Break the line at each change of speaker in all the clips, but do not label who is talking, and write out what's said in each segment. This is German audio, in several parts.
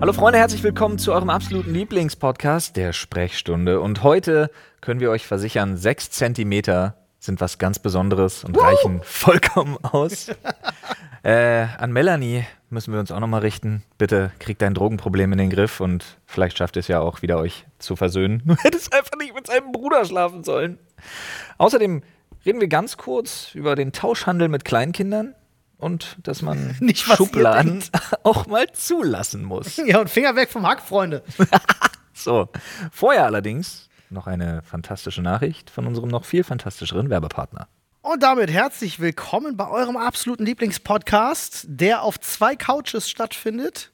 Hallo Freunde, herzlich willkommen zu eurem absoluten Lieblingspodcast, der Sprechstunde. Und heute können wir euch versichern, sechs Zentimeter sind was ganz Besonderes und reichen vollkommen aus. äh, an Melanie müssen wir uns auch nochmal richten. Bitte kriegt dein Drogenproblem in den Griff und vielleicht schafft ihr es ja auch wieder, euch zu versöhnen. Du hättest einfach nicht mit seinem Bruder schlafen sollen. Außerdem reden wir ganz kurz über den Tauschhandel mit Kleinkindern und dass man
Nicht, was ihr
Schubladen auch mal zulassen muss.
Ja, und Finger weg vom Hack, Freunde.
So, vorher allerdings noch eine fantastische Nachricht von unserem noch viel fantastischeren Werbepartner.
Und damit herzlich willkommen bei eurem absoluten Lieblingspodcast, der auf zwei Couches stattfindet,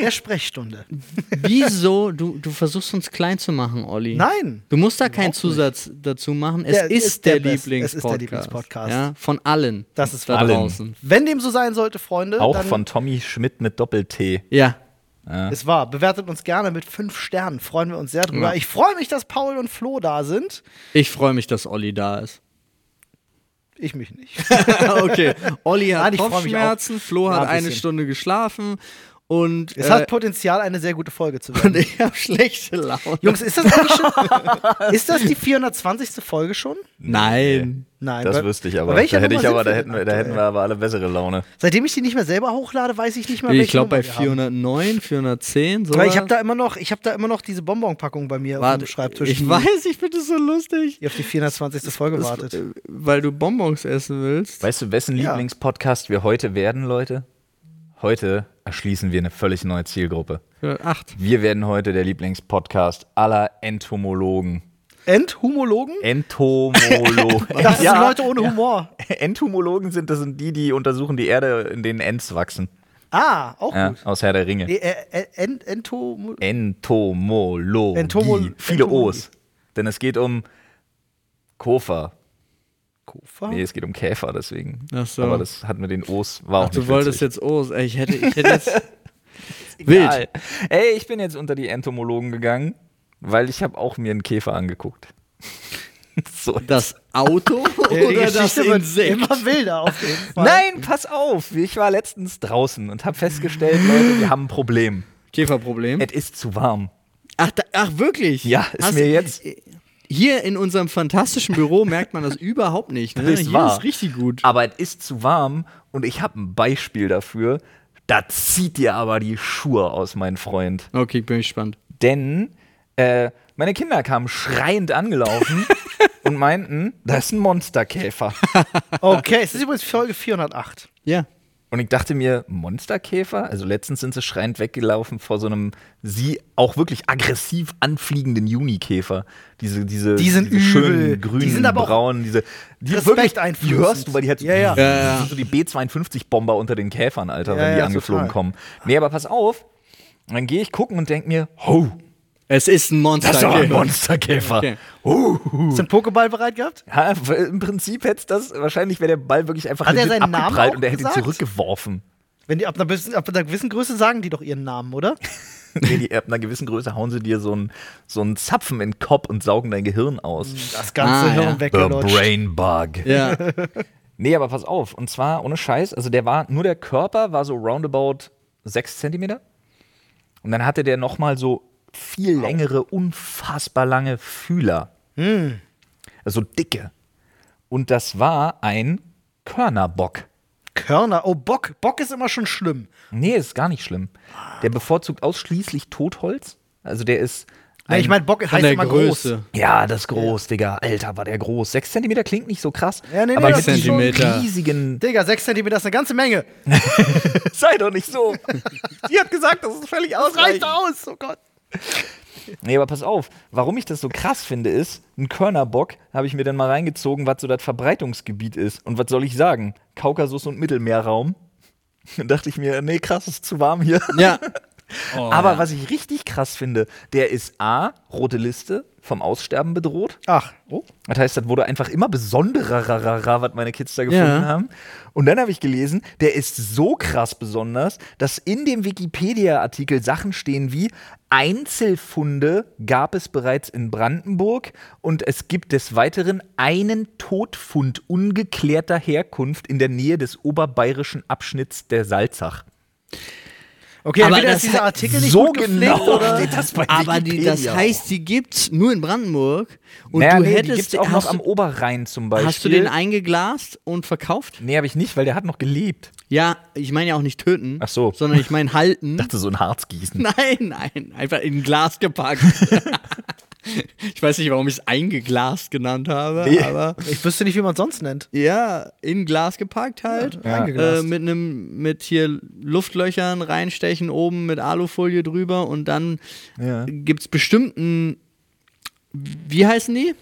der Sprechstunde.
Wieso? Du, du versuchst uns klein zu machen, Olli.
Nein.
Du musst da keinen Zusatz dazu machen. Es
Der
ist,
ist
der,
der Best-
Lieblingspodcast.
es ist der Lieblingspodcast.
Ja, von allen.
Das ist
da
von allen.
draußen.
Wenn dem so sein sollte, Freunde,
Auch
dann
von Tommy Schmidt mit Doppel-T.
Ja.
ist wahr. Bewertet uns gerne mit fünf Sternen. Freuen wir uns sehr drüber.
Ja.
Ich freue mich, dass Paul und Flo da sind.
Ich freue mich, dass Olli da ist.
Ich mich nicht.
okay. Olli hat
Nein, ich freu mich auch.
Kopfschmerzen, Flo
Ja,
hat
ein
eine
bisschen.
Stunde geschlafen und,
Es
äh,
hat Potenzial, eine sehr gute Folge zu
und
werden.
ich habe schlechte Laune.
Jungs, ist das eigentlich schon? ist das die 420. Folge schon?
Nein.
Nein.
Das
bei-
wüsste ich
bei
aber.
welcher
Da hätte ich
Nummer
aber, da
sind wir
hätten,
denn
wir, da hätten wir
aktuell?
aber alle bessere Laune.
Seitdem ich die nicht mehr selber hochlade, weiß ich nicht mehr,
Ich
welche
glaube bei
Nummer wir haben.
409, 410, so.
Weil ich habe da immer noch, ich habe da immer noch diese Bonbonpackung bei mir auf dem Schreibtisch.
Ich
die-
weiß, ich finde das so lustig.
die auf die 420. Folge
Das-
wartet.
äh, Weil du Bonbons essen willst.
Weißt du, wessen
Ja.
Lieblingspodcast wir heute werden, Leute? Heute erschließen wir eine völlig neue Zielgruppe.
408.
Wir werden heute der Lieblingspodcast aller Entomologen.
Enthumologen?
Entomologen.
Das sind Leute ohne Humor.
Entomologen sind, das sind die, die untersuchen die Erde, in denen Ents wachsen.
Ah, auch
Ja,
gut.
aus Herr der Ringe.
Nee, äh, äh, Ent, Entom
Entomologie.
Entomol-
Viele
Entomologie.
O's. Denn es geht um Kofer.
Kofa?
Nee, es geht um Käfer, deswegen.
Ach so.
Aber das hat mit den O's war auch
Du
nicht
wolltest
witzig.
jetzt O's. Ey, ich hätte, ich hätte jetzt.
Egal. Ey, ich bin jetzt unter die Entomologen gegangen, weil ich habe auch mir einen Käfer angeguckt. so.
Das Auto
Äh, die
oder das
Geschichte wird
Insekt?
Immer wilder auf jeden Fall.
Nein, pass auf! Ich war letztens draußen und habe festgestellt, Leute, wir haben ein Problem.
Käferproblem.
Es ist zu warm.
Ach, da, ach wirklich?
Ja, ist mir jetzt-
Hier in unserem fantastischen Büro merkt man das überhaupt nicht. Ne?
Ist
Hier
wahr.
ist richtig gut.
Aber es ist zu warm und ich habe ein Beispiel dafür. Da zieht dir aber die Schuhe aus, mein Freund.
Okay, bin ich gespannt.
Denn äh, meine Kinder kamen schreiend angelaufen und meinten, da ist ein Monsterkäfer.
Okay, es ist übrigens Folge 408.
Ja.
Und ich dachte mir, Monsterkäfer? Also letztens sind sie schreiend weggelaufen vor so einem sie auch wirklich aggressiv anfliegenden Junikäfer. Diese, diese,
Die sind
diese
übel.
schönen grünen,
Die sind aber auch
braunen, diese die
Respekt
wirklich, Die
einflößend.
hörst du, weil die halt so,
Ja, ja.
Die,
Ja, ja.
Das sind so die B-52-Bomber unter den Käfern, Alter,
Ja,
wenn die
ja,
angeflogen
total.
kommen. Nee, aber pass auf. Und dann gehe ich gucken und denke mir, ho,
Es ist ein Monster.
das ist doch ein Monsterkäfer.
Okay. Uh.
Hast du einen Pokéball bereit gehabt?
Ja, weil im Prinzip hätte das, wahrscheinlich wäre der Ball wirklich einfach
Hat er
legit
seinen Namen
abgeprallt
auch
und er hätte ihn
gesagt?
zurückgeworfen.
Wenn die ab einer, gewissen, ab einer gewissen Größe sagen die doch ihren Namen, oder?
nee, die, ab einer gewissen Größe hauen sie dir so einen, so einen Zapfen in den Kopf und saugen dein Gehirn aus.
Das ganze
Ah, ja.
Hirn weggelutscht.
Brain Bug.
Ja.
Nee, aber pass auf. Und zwar ohne Scheiß. Also der war, nur der Körper war so roundabout 6 Zentimeter. Und dann hatte der nochmal so viel längere, unfassbar lange Fühler. Also dicke. Und das war ein Körnerbock.
Körner. Oh, Bock. Bock ist immer schon schlimm.
Nee, ist gar nicht schlimm. Der bevorzugt ausschließlich Totholz. Also der ist.
Nein, ich meine, Bock
Von
heißt
der
immer groß.
Größe.
Ja, das ist groß, Digga. Alter, war der groß. Sechs Zentimeter klingt nicht so krass.
Ja, nee, nee,
aber
das
mit
ist
diesem
Zentimeter.
riesigen.
Digga, 6 cm ist eine ganze Menge.
Sei doch nicht so. Die hat gesagt, das ist völlig
Das reicht aus, oh Gott.
Nee, aber pass auf. Warum ich das so krass finde, ist, ein Körnerbock habe ich mir dann mal reingezogen, was so das Verbreitungsgebiet ist. Und was soll ich sagen? Kaukasus und Mittelmeerraum. Dann dachte ich mir, nee, krass, ist zu warm hier.
ja. Oh,
aber was ich richtig krass finde, der ist A, rote Liste, vom Aussterben bedroht.
Ach, oh.
Das heißt, das wurde einfach immer besonderer, was meine Kids da gefunden
Ja.
haben. Und dann habe ich gelesen, der ist so krass besonders, dass in dem Wikipedia-Artikel Sachen stehen wie Einzelfunde gab es bereits in Brandenburg und es gibt des Weiteren einen Todfund ungeklärter Herkunft in der Nähe des oberbayerischen Abschnitts der Salzach.
Okay,
Aber
entweder
das
ist dieser
hat
Artikel nicht
so
gut gepflegt
genau
oder.
steht das bei
Aber die, das
Wikipedia.
heißt, die gibt's nur in Brandenburg. Und
naja,
du
nee, die
hättest
gibt's auch noch
hast,
am
du-
Oberrhein zum Beispiel.
hast du den eingeglast und verkauft?
Nee, habe ich nicht, weil der hat noch gelebt.
Ja, ich meine ja auch nicht töten.
Ach so.
Sondern ich meine halten.
dachte, so ein Harz gießen.
nein, nein. Einfach in ein Glas gepackt. ich weiß nicht, warum ich es eingeglast genannt habe,
Nee.
aber.
Ich wüsste nicht, wie man es sonst nennt.
Ja, in Glas gepackt halt.
Ja.
Eingeglast.
Äh, mit einem, mit hier Luftlöchern reinstechen oben mit Alufolie drüber und dann
Ja.
gibt's bestimmt einen, wie heißen die?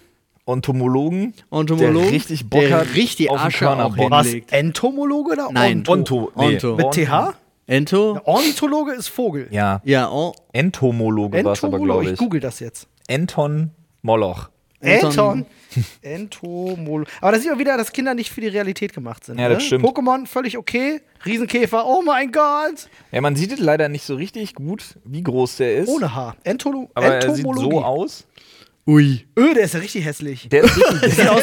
Entomologen.
Entomologen?
Der richtig Bock
Der
hat
richtig
auf den
Asche
Körnerbock.
auch hinlegt.
Was?
Belegt.
Entomologe oder
Nein.
Onto?
Onto. Nee.
Onto.
Mit TH?
Ento?
Ornithologe ist Vogel.
Ja.
Ja, oh,
Entomologe war es aber,
Entomologe,
glaube
ich
ich.
google das jetzt.
Anton Moloch.
Anton.
Anton.
Entomolo. Aber da sieht man wieder, dass Kinder nicht für die Realität gemacht sind.
Ja, das
ne?
stimmt.
Pokémon völlig okay. Riesenkäfer, oh mein Gott.
Ja, man sieht es leider nicht so richtig gut, wie groß der ist.
Ohne Haar. Entolo
aber er sieht
Oh, Entomologie.
so aus.
Ui.
Öh, der ist ja richtig hässlich.
Der ist richtig-
Der sieht aus,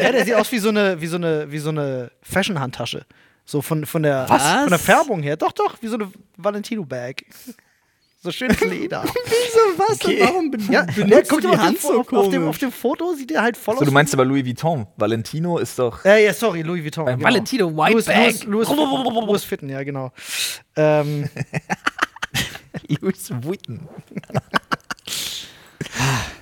ja, der sieht aus wie so eine, wie so eine, wie so eine Fashion-Handtasche. So von, von, der,
Was?
von der Färbung her. Doch, doch, wie so eine Valentino-Bag. So schönes Leder.
Wieso was?
Okay.
Und warum ben
ja,
benutzt
ja, guck dir
die
mal auf,
Hand
dem, Fo-
so
auf, auf, dem,
komisch?
auf dem Foto sieht der halt voll
so,
aus.
du meinst aber Louis Vuitton. Valentino ist doch.
äh, ja, sorry, Louis Vuitton.
Ein Valentino White
Louis,
Bag.
Louis, Louis, Louis, Louis Fitten, ja, genau. Ähm,
Louis Vuitton.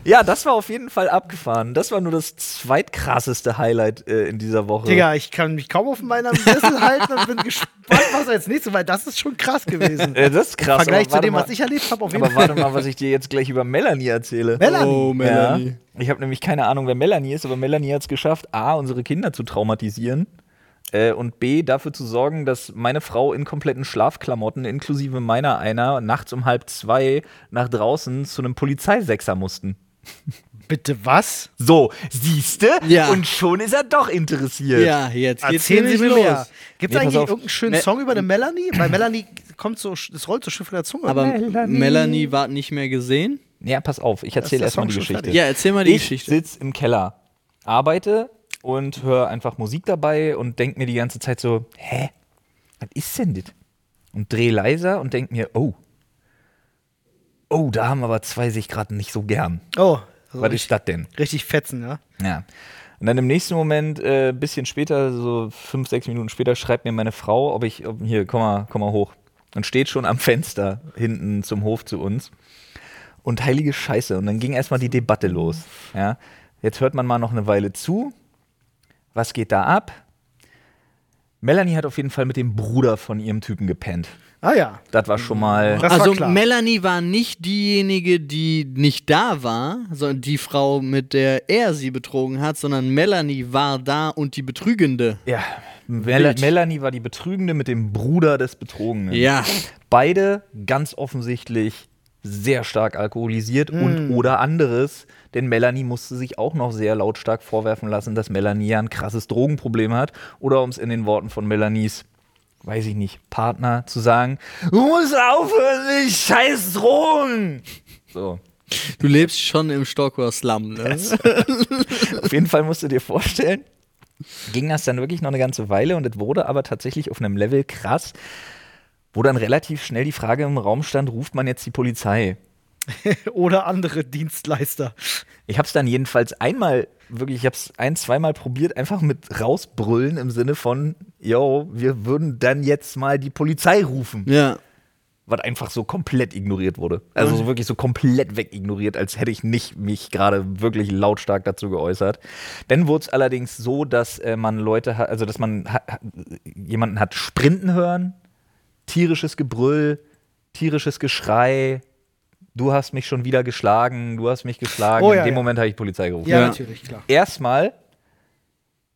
ja, das war auf jeden Fall abgefahren. Das war nur das zweitkrasseste Highlight äh, in dieser Woche.
Digga, ich kann mich kaum auf meinem Sessel halten und bin gespannt, was als nächstes, weil das ist schon krass gewesen.
Äh, das ist krass.
Vergleich
aber
zu
warte
dem,
mal,
was ich erlebt habe, auf jeden
Aber
Fall.
warte mal, was ich dir jetzt gleich über Melanie erzähle.
Melanie.
Oh, Melanie.
Ja. Ich habe nämlich keine Ahnung, wer Melanie ist, aber Melanie hat es geschafft, A, unsere Kinder zu traumatisieren äh, und B, dafür zu sorgen, dass meine Frau in kompletten Schlafklamotten, inklusive meiner einer, nachts um halb zwei nach draußen zu einem Polizeisechser mussten.
Bitte was?
So, siehste?
Ja.
Und schon ist er doch interessiert.
Ja, jetzt geht's
Erzählen Sie
nämlich
mir
los.
mehr. Gibt es
Nee, pass
eigentlich
auf.
irgendeinen schönen
Me-
Song über eine Melanie? Weil Melanie kommt so, sch- es rollt so schön von der Zunge.
Aber
Melanie.
Melanie. war nicht mehr gesehen.
Ja, pass auf, ich
ist der
erzähle erstmal
Song
die
schon
Geschichte.
fertig.
Ja, erzähl mal die
ich
Geschichte.
sitz im Keller, arbeite und höre einfach Musik dabei und denk mir die ganze Zeit so, hä, was ist denn das? Und dreh leiser und denk mir, oh, oh, da haben aber zwei sich gerade nicht so gern.
oh, also
was ist das denn?
richtig fetzen, ja?
Ja. Und dann im nächsten Moment, äh, bisschen später, so fünf, sechs Minuten später, schreibt mir meine Frau, ob ich, ob, hier, komm mal, komm mal hoch. Und steht schon am Fenster hinten zum Hof zu uns. Und heilige Scheiße. Und dann ging erstmal die Debatte los. Ja. Jetzt hört man mal noch eine Weile zu. Was geht da ab? Melanie hat auf jeden Fall mit dem Bruder von ihrem Typen gepennt.
Ah ja.
Das war schon mal.
Das war
also
klar.
Melanie war nicht diejenige, die nicht da war, sondern die Frau, mit der er sie betrogen hat, sondern Melanie war da und die Betrügende.
Ja, Mel
Wild.
Melanie war die Betrügende mit dem Bruder des Betrogenen.
Ja.
Beide ganz offensichtlich sehr stark alkoholisiert und oder anderes, denn Melanie musste sich auch noch sehr lautstark vorwerfen lassen, dass Melanie ja ein krasses Drogenproblem hat oder um es in den Worten von Melanies weiß ich nicht, Partner zu sagen, du musst aufhören, ich scheiß Drogen. So.
Du lebst schon im Stockholmer Slum, ne?
Auf jeden Fall musst du dir vorstellen, ging das dann wirklich noch eine ganze Weile und es wurde aber tatsächlich auf einem Level krass, wo dann relativ schnell die Frage im Raum stand, ruft man jetzt die Polizei?
Oder andere Dienstleister.
Ich habe es dann jedenfalls einmal, wirklich, ich habe es ein, zweimal probiert, einfach mit rausbrüllen im Sinne von, yo, wir würden dann jetzt mal die Polizei rufen,
Ja.
was einfach so komplett ignoriert wurde. Also so wirklich so komplett wegignoriert, als hätte ich nicht mich gerade wirklich lautstark dazu geäußert. Dann wurde es allerdings so, dass äh, man Leute, ha- also dass man ha ha- jemanden hat sprinten hören, tierisches Gebrüll, tierisches Geschrei. Du hast mich schon wieder geschlagen, du hast mich geschlagen.
Oh ja,
In dem
ja.
Moment habe ich Polizei gerufen.
Ja,
Ja.
natürlich, klar.
Erstmal,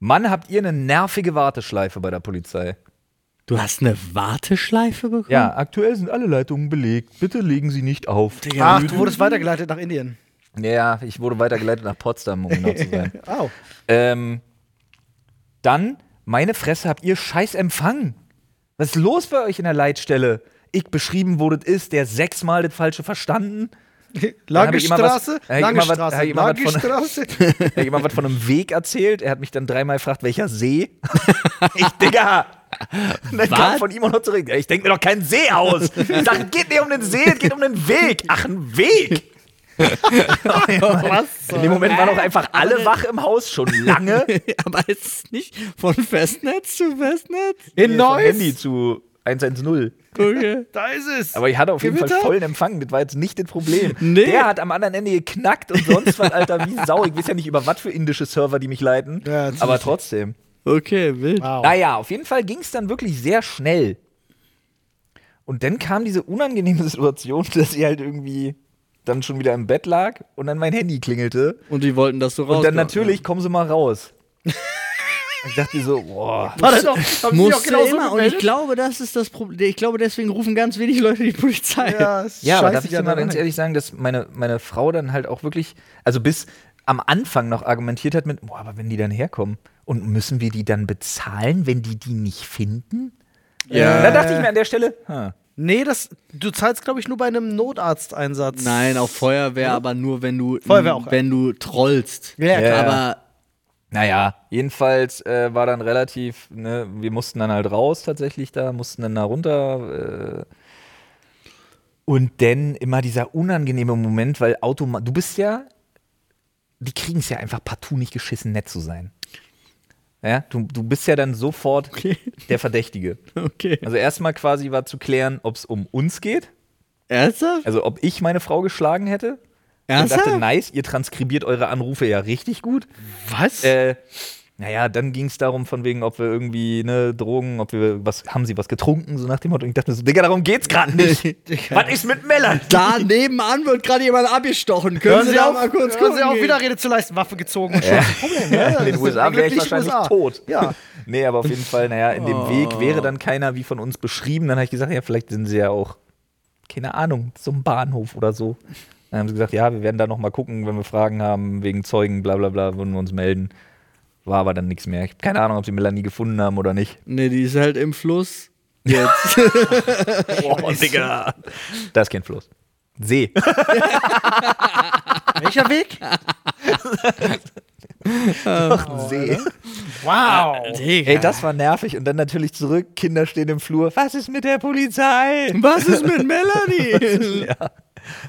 Mann, habt ihr eine nervige Warteschleife bei der Polizei?
Du hast eine Warteschleife bekommen?
Ja,
Hm.
aktuell sind alle Leitungen belegt. Bitte legen Sie nicht auf.
Ach, du wurdest weitergeleitet nach Indien.
Ja, ich wurde weitergeleitet nach Potsdam, um genau zu sein.
Au.
ähm, dann, meine Fresse, habt ihr scheiß Empfang. Was ist los bei euch in der Leitstelle? Ich beschrieben, wo das ist, der sechsmal das Falsche verstanden. Dann hab
Lange
ich immer was-
Straße,
dann hab ich
lange
immer was- hab
Straße,
ich immer was
lange
von-
Straße.
Er hat jemand was von einem Weg erzählt. Er hat mich dann dreimal gefragt, welcher See. ich, Digga, Und dann kam
Was?
von ihm auch noch zurück. "Ja, Ich denke mir doch keinen See aus. Ich sag, es geht nicht um den See, es geht um den Weg. Ach, ein Weg.
Was?
In dem Moment waren auch einfach alle wach im Haus schon lange.
Aber jetzt nicht von Festnetz zu Festnetz.
In
Von
Neuss.
Handy zu 110.
Okay.
Da ist es.
Aber ich hatte auf jeden Fall
Gewitter?
vollen Empfang. Das war jetzt nicht das Problem.
Nee.
Der hat am anderen Ende geknackt und sonst was, Alter, wie Sau. Ich weiß ja nicht, über was für indische Server die mich leiten.
Ja, ziemlich.
aber trotzdem.
Okay, wild.
wow.
Naja, auf jeden Fall ging es dann wirklich sehr schnell. Und dann kam diese unangenehme Situation, dass sie halt irgendwie dann schon wieder im Bett lag und dann mein Handy klingelte.
Und die wollten, dass du raus.
Und dann natürlich, kommen Sie mal raus. ich dachte so, boah.
War das auch, haben die auch
Musste
genau so
immer. und ich
gemeldet?
glaube, das ist das Problem. Ich glaube, deswegen rufen ganz wenig Leute die Polizei.
Ja, ist
Ja, aber
scheiße,
darf ich
die
dir mal
anderen
ganz
hängen.
ehrlich sagen, dass meine, meine Frau dann halt auch wirklich, also bis am Anfang noch argumentiert hat mit, boah, aber wenn die dann herkommen und müssen wir die dann bezahlen, wenn die die nicht finden?
Ja.
Und dann dachte ich mir an der Stelle, hm,
Nee, das, du zahlst, glaube ich, nur bei einem Notarzteinsatz.
Nein, auch Feuerwehr, aber nur wenn du
Feuerwehr auch.
wenn du trollst.
Ja,
klar.
Aber
Naja, jedenfalls äh, war dann relativ, ne, wir mussten dann halt raus tatsächlich da, mussten dann da runter. Äh, und dann immer dieser unangenehme Moment, weil Automa du bist ja, die kriegen es ja einfach partout nicht geschissen, nett zu sein. Ja, du, du bist ja dann sofort
Okay.
der Verdächtige.
okay.
Also erstmal quasi war zu klären, ob es um uns geht,
Ernsthaft?
also ob ich meine Frau geschlagen hätte. Und
Ernsthaft?
dachte, nice, ihr transkribiert eure Anrufe ja richtig gut.
Was?
Äh, naja, dann ging es darum, von wegen, ob wir irgendwie ne, Drogen, ob wir was, haben sie was getrunken, so nach dem Motto. Und ich dachte mir so, Digga, darum geht's gerade nicht. was ist mit Melon?
da nebenan wird gerade jemand abgestochen. Können
hören
Sie,
Sie
da
auf,
mal kurz
hören
gucken?
Sie auf,
gehen?
Widerrede zu leisten, Waffe gezogen. und schon. Problem, ja,
In
das
den
sind
USA
die
wäre ich
glücklichen
wahrscheinlich
USA.
tot.
Ja. Oh.
Nee, aber auf jeden Fall, naja, in dem Weg wäre dann keiner wie von uns beschrieben. Dann habe ich gesagt, ja, vielleicht sind sie ja auch, keine Ahnung, zum Bahnhof oder so. Dann haben sie gesagt, ja, wir werden da nochmal gucken, wenn wir Fragen haben, wegen Zeugen, bla bla bla, würden wir uns melden. War aber dann nichts mehr. Ich habe keine Ahnung, ob sie Melanie gefunden haben oder nicht.
Nee, die ist halt im Fluss. Jetzt.
Oh, Digga. Da ist kein Fluss. See.
Welcher Weg?
See.
Wow.
Ey, das war nervig. Und dann natürlich zurück, Kinder stehen im Flur. Was ist mit der Polizei?
Was ist mit Melanie?
Ja.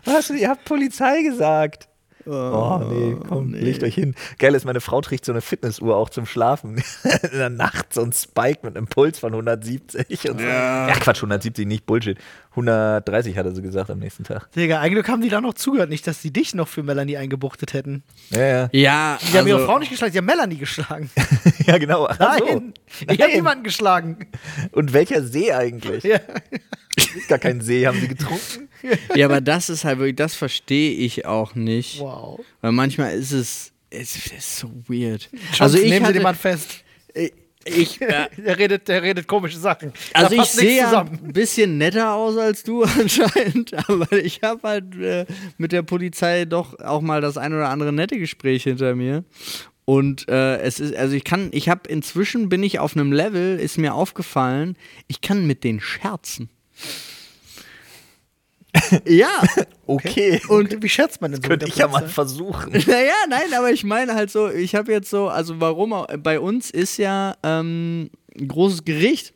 Was? Ihr habt Polizei gesagt. Oh, nee, komm, legt euch hin. Geil ist, meine Frau trägt so eine Fitnessuhr auch zum Schlafen. In der Nacht so ein Spike mit einem Puls von 170 und so. Ja, Quatsch, 170 nicht Bullshit. 130 hatte sie gesagt am nächsten Tag.
Digga, eigentlich haben die da noch zugehört, nicht, dass sie dich noch für Melanie eingebuchtet hätten.
Ja, ja.
Ja,
Die haben ihre
also-
Frau nicht geschlagen, sie haben Melanie geschlagen.
Ja, genau. Ach so.
Nein, ich habe niemanden geschlagen.
Und welcher See eigentlich?
Ja.
Ist gar kein See, haben sie getrunken?
Ja, aber das ist halt wirklich, das verstehe ich auch nicht.
Wow.
Weil manchmal ist es, es ist so weird.
Johnson,
also ich
nehmen Sie
hatte,
den Mann fest.
ich, ich äh,
Der redet, der redet komische Sachen.
also
da
ich
passt nichts
sehe ja
zusammen.
ein bisschen netter aus als du anscheinend, aber ich habe halt äh, mit der Polizei doch auch mal das ein oder andere nette Gespräch hinter mir. Und äh, es ist, also ich kann, ich habe inzwischen bin ich auf einem Level, ist mir aufgefallen, ich kann mit denen scherzen. ja,
Okay.
Und wie scherzt man denn so?
Könnte
mit
ich
der
ja mal
Polizei?
versuchen.
Naja, nein, aber ich meine halt so, ich habe jetzt so, also warum auch, bei uns ist ja ähm, ein großes Gericht.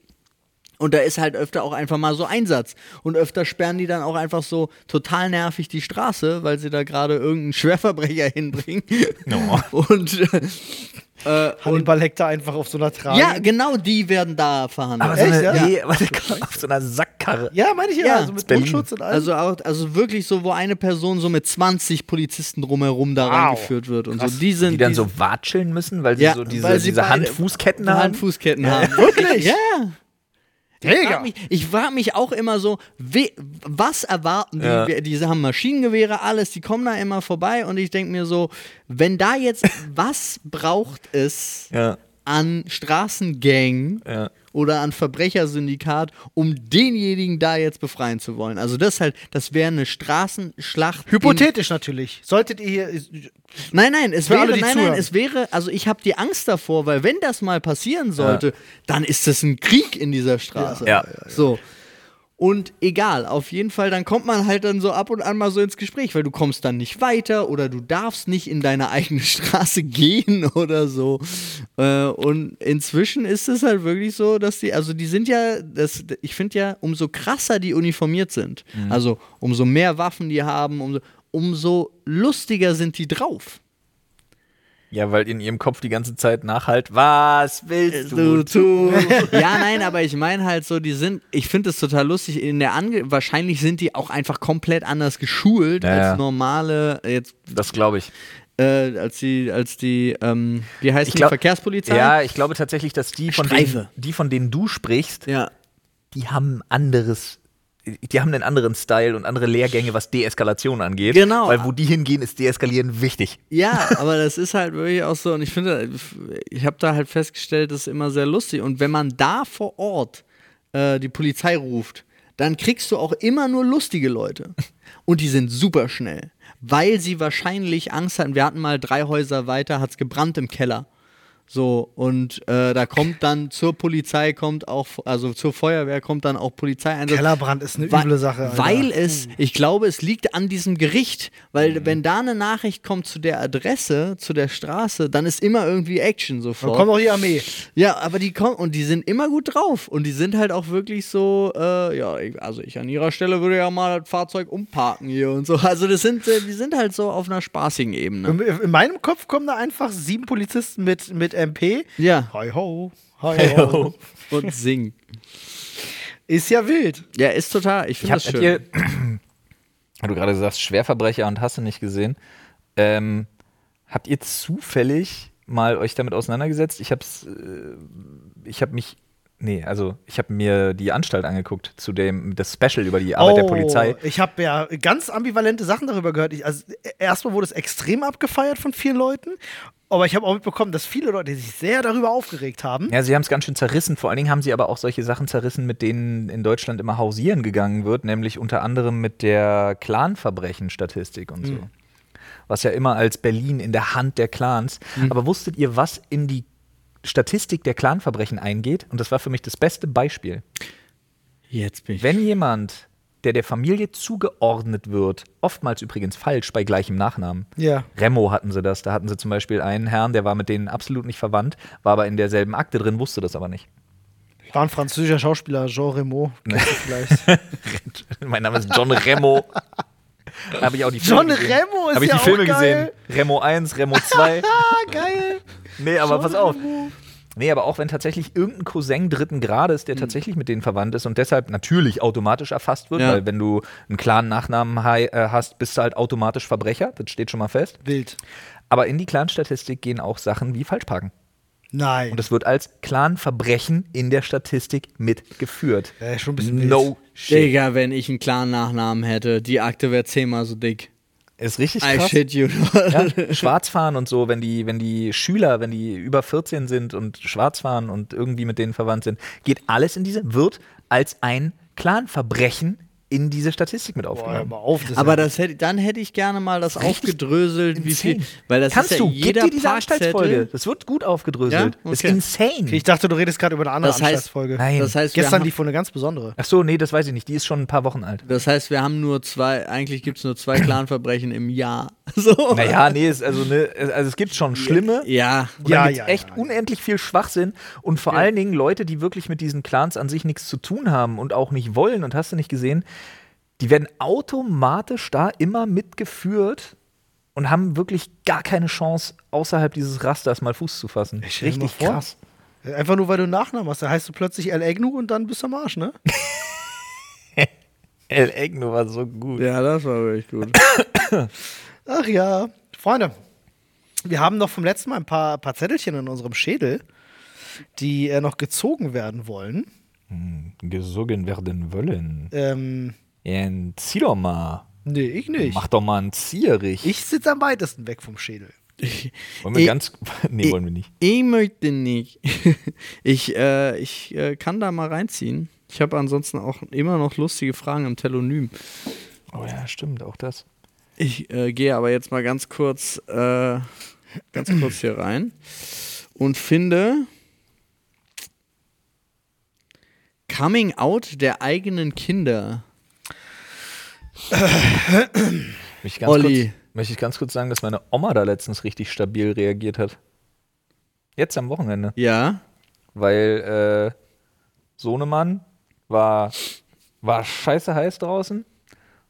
Und da ist halt öfter auch einfach mal so Einsatz. Und öfter sperren die dann auch einfach so total nervig die Straße, weil sie da gerade irgendeinen Schwerverbrecher hinbringen. Und, äh, äh, und
Hannibal hackt da einfach auf so einer Trage.
ja, genau die werden da verhandelt.
Aber so
Echt,
eine,
ja?
nee, aber der kommt auf so einer Sackkarre.
Ja, meine ich ja.
Ja.
Also mit
Berlin.
Mundschutz und allem.
Also, auch, also wirklich so, wo eine Person so mit 20 Polizisten drumherum da
Wow.
reingeführt wird. Und so, die sind.
Die dann
die-
so watscheln müssen, weil sie
Ja,
so diese,
weil sie
diese
beide-
Hand-Fußketten haben.
Handfußketten haben.
Wirklich?
Ja. Ich
Digga.
frag mich, ich frag mich auch immer so, we, was erwarten die?
Ja.
Wir- Diese haben Maschinengewehre, alles, die kommen da immer vorbei und ich denke mir so, wenn da jetzt, was braucht es
Ja.
an Straßengang
Ja.
oder an Verbrechersyndikat, um denjenigen da jetzt befreien zu wollen? Also das ist halt, das wäre eine Straßenschlacht. in-
Hypothetisch natürlich. Solltet ihr hier.
Nein, nein, es
Für
wäre,
alle, die
nein, nein,
zuhören.
es wäre, also ich habe die Angst davor, weil wenn das mal passieren sollte, dann ist das ein Krieg in dieser Straße.
Ja.
So. Und egal, auf jeden Fall, dann kommt man halt dann so ab und an mal so ins Gespräch, weil du kommst dann nicht weiter oder du darfst nicht in deine eigene Straße gehen oder so. Äh, und inzwischen ist es halt wirklich so, dass die, also die sind ja, das, ich finde ja, umso krasser die uniformiert sind, also umso mehr Waffen die haben, umso, umso lustiger sind die drauf.
Ja, weil in ihrem Kopf die ganze Zeit nachhalt, was willst
Äh,
du?
ja, nein, aber ich meine halt so, die sind, ich finde es total lustig, in der Ange wahrscheinlich sind die auch einfach komplett anders geschult
Ja, ja.
als normale, jetzt,
Das glaube ich.
äh, als die, als die, ähm, wie heißt
Ich
die
glaub-
Verkehrspolizei?
Ja, ich glaube tatsächlich, dass die von, denen,
Streife.
die, von denen du sprichst,
ja.
die haben ein anderes, die haben einen anderen Style und andere Lehrgänge, was Deeskalation angeht.
Genau.
Weil wo die hingehen, ist Deeskalieren wichtig.
Ja, aber das ist halt wirklich auch so. Und ich finde, ich habe da halt festgestellt, das ist immer sehr lustig. Und wenn man da vor Ort äh, die Polizei ruft, dann kriegst du auch immer nur lustige Leute. Und die sind super schnell, weil sie wahrscheinlich Angst hatten. Wir hatten mal drei Häuser weiter, hat's gebrannt im Keller. So, und äh, da kommt dann zur Polizei, kommt auch, also zur Feuerwehr kommt dann auch Polizeieinsatz.
Kellerbrand ist eine
Wa-
üble Sache. Alter.
Also, Weil es, ich glaube, es liegt an diesem Gericht, weil wenn da eine Nachricht kommt zu der Adresse, zu der Straße, dann ist immer irgendwie Action
Dann
sofort.
kommt auch die Armee.
ja, aber die kommen und die sind immer gut drauf und die sind halt auch wirklich so, äh, ja, ich, also ich an ihrer Stelle würde ja mal das Fahrzeug umparken hier und so. Also das sind, äh, die sind halt so auf einer spaßigen Ebene.
In, in meinem Kopf kommen da einfach sieben Polizisten mit, mit MP.
Ja,
Hi ho, hi ho.
und singen.
Ist ja wild.
Ja, ist total. Ich
Ich
finde
hab
das schön.
hier, weil du gerade sagst, Schwerverbrecher und hast du nicht gesehen. Ähm, habt ihr zufällig mal euch damit auseinandergesetzt? Ich hab's, äh, ich hab mich, nee, also ich habe mir die Anstalt angeguckt zu dem, das Special über die
Oh,
Arbeit der Polizei.
Oh, Ich habe ja ganz ambivalente Sachen darüber gehört. Ich, also, e- erstmal wurde es extrem abgefeiert von vielen Leuten. Aber ich habe auch mitbekommen, dass viele Leute sich sehr darüber aufgeregt haben.
Ja, sie haben es ganz schön zerrissen. Vor allen Dingen haben sie aber auch solche Sachen zerrissen, mit denen in Deutschland immer hausieren gegangen wird, nämlich unter anderem mit der Clan-Verbrechen-Statistik und so. Was ja immer als Berlin in der Hand der Clans. Aber wusstet ihr, was in die Statistik der Clan-Verbrechen eingeht? Und das war für mich das beste Beispiel.
Jetzt bin ich.
Wenn jemand, der der Familie zugeordnet wird, oftmals übrigens falsch bei gleichem Nachnamen.
Ja.
Remo hatten sie das. Da hatten sie zum Beispiel einen Herrn, der war mit denen absolut nicht verwandt, war aber in derselben Akte drin, wusste das aber nicht.
War ein französischer Schauspieler, Jean Remo. Kennst du vielleicht.
Mein Name ist John Remo. Habe ich auch die
John
Filme gesehen.
Remo ist
Habe ich
ja
die Filme
auch geil.
gesehen. Remo 1, Remo 2.
ah, geil.
Nee, aber pass auf. Nee, aber auch wenn tatsächlich irgendein Cousin dritten Grades,
Mhm.
der tatsächlich mit denen verwandt ist und deshalb natürlich automatisch erfasst wird,
Ja.
weil wenn du einen klaren Nachnamen hei- äh, hast, bist du halt automatisch Verbrecher, das steht schon mal fest.
Wild.
Aber in die Clan-Statistik gehen auch Sachen wie Falschparken.
Nein.
Und das wird als Clan-Verbrechen in der Statistik mitgeführt.
Ja, schon ein bisschen wild.
No shit.
Digga, wenn ich einen klaren Nachnamen hätte, die Akte wäre zehnmal so dick.
Ist richtig
I
krass.
shit you.
Ja, schwarz fahren und so, wenn die, wenn die Schüler, wenn die über 14 sind und schwarz fahren und irgendwie mit denen verwandt sind, geht alles in diese, wird als ein Clanverbrechen in diese Statistik mit
Boah, hör
aufgenommen.
mal auf. Das
Aber
ist ja-
das hätte, dann hätte ich gerne mal das
Richtig
aufgedröselt, wie viel, weil das
Kannst
ist ja
du, gib
jeder
dir diese Anstaltsfolge.
Parkzettel.
Das wird gut aufgedröselt.
Ja?
Das ist
Okay.
insane.
ich dachte, du redest gerade über eine andere
Das heißt-
Anstaltsfolge.
Nein.
Das heißt, wir
Gestern
haben,
lief wohl eine ganz besondere.
Ach so, nee, das weiß ich nicht. Die ist schon ein paar Wochen alt.
das heißt, wir haben nur zwei, eigentlich gibt es nur zwei Clanverbrechen im Jahr. So.
Naja, nee, ist also, ne, also es gibt schon schlimme.
Ja.
Und ja,
Ja,
da gibt's
ja,
echt
ja, ja.
unendlich viel Schwachsinn und vor allen Dingen Leute, die wirklich mit diesen Clans an sich nichts zu tun haben und auch nicht wollen und hast du nicht gesehen, die werden automatisch da immer mitgeführt und haben wirklich gar keine Chance, außerhalb dieses Rasters mal Fuß zu fassen.
Ich stell dir mal
Richtig
vor.
krass.
Einfach nur, weil du einen Nachnamen hast. Da heißt du plötzlich El Egnu und dann bist du am Arsch, ne?
El Egno war so gut.
Ja, das war wirklich gut.
Ach ja. Freunde, wir haben noch vom letzten Mal ein paar, paar Zettelchen in unserem Schädel, die äh, noch gezogen werden wollen.
Gesogen werden wollen.
Ähm,
Und zieh doch mal.
nee, ich nicht.
Mach doch mal einen Zieherich.
Ich sitze am weitesten weg vom Schädel.
Wollen wir
Ich-
ganz. Nee, wollen wir nicht.
Ich möchte nicht. Ich, äh, ich äh, kann da mal reinziehen. Ich habe ansonsten auch immer noch lustige Fragen im Telonym.
Oh ja, stimmt, auch das.
Ich äh, gehe aber jetzt mal ganz kurz, äh, ganz kurz hier rein und finde Coming out der eigenen Kinder.
Mich ganz
Olli.
Kurz, möchte ich ganz kurz sagen, dass meine Oma da letztens richtig stabil reagiert hat. Jetzt am Wochenende.
Ja.
Weil äh, Sohnemann war, war scheiße heiß draußen.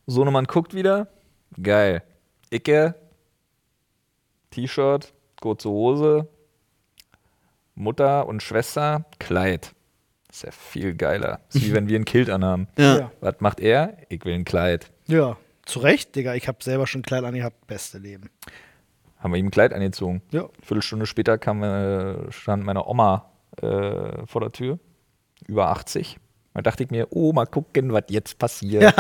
Sohnemann guckt wieder. Geil. Icke. T-Shirt, kurze Hose. Mutter und Schwester, Kleid. Ist ja viel geiler. Ist wie wenn wir ein Kilt anhaben.
Ja.
Ja.
Was macht er? Ich will ein Kleid.
Ja, zu Recht, Digga. Ich habe selber schon Kleid angehabt. Beste Leben.
haben wir ihm ein Kleid angezogen.
Ja.
Viertelstunde später kam, äh, stand meine Oma äh, vor der Tür, über 80. Da dachte ich mir, oh, mal gucken, was jetzt passiert.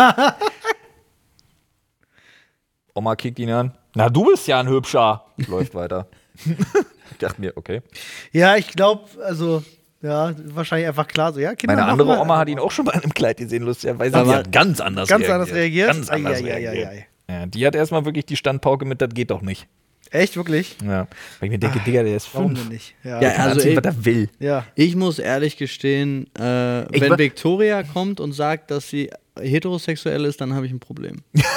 Oma kickt ihn an. Na, du bist ja ein Hübscher. Läuft weiter. ich dachte mir, okay.
Ja, ich glaube, also, ja, wahrscheinlich einfach klar so. Ja, Kinder
Meine
machen
andere
mal-
Oma hat ihn auch schon bei einem Kleid gesehen, lustigerweise.
Aber
die hat ganz anders
ganz anders reagiert?
Ganz anders
Ei, ei, ei, ei,
reagiert. Ja, die hat erstmal wirklich die Standpauke mit, das geht doch nicht.
Echt, wirklich?
Ja. Weil ich mir denke, Digga, der ist
Warum
fünf.
denn nicht? Ja.
Ja,
Der kann
Also,
anziehen,
ey-
was er will.
ja.
Ich muss ehrlich gestehen, äh,
Ich wa-
wenn Victoria kommt und sagt, dass sie heterosexuell ist, dann habe ich ein Problem.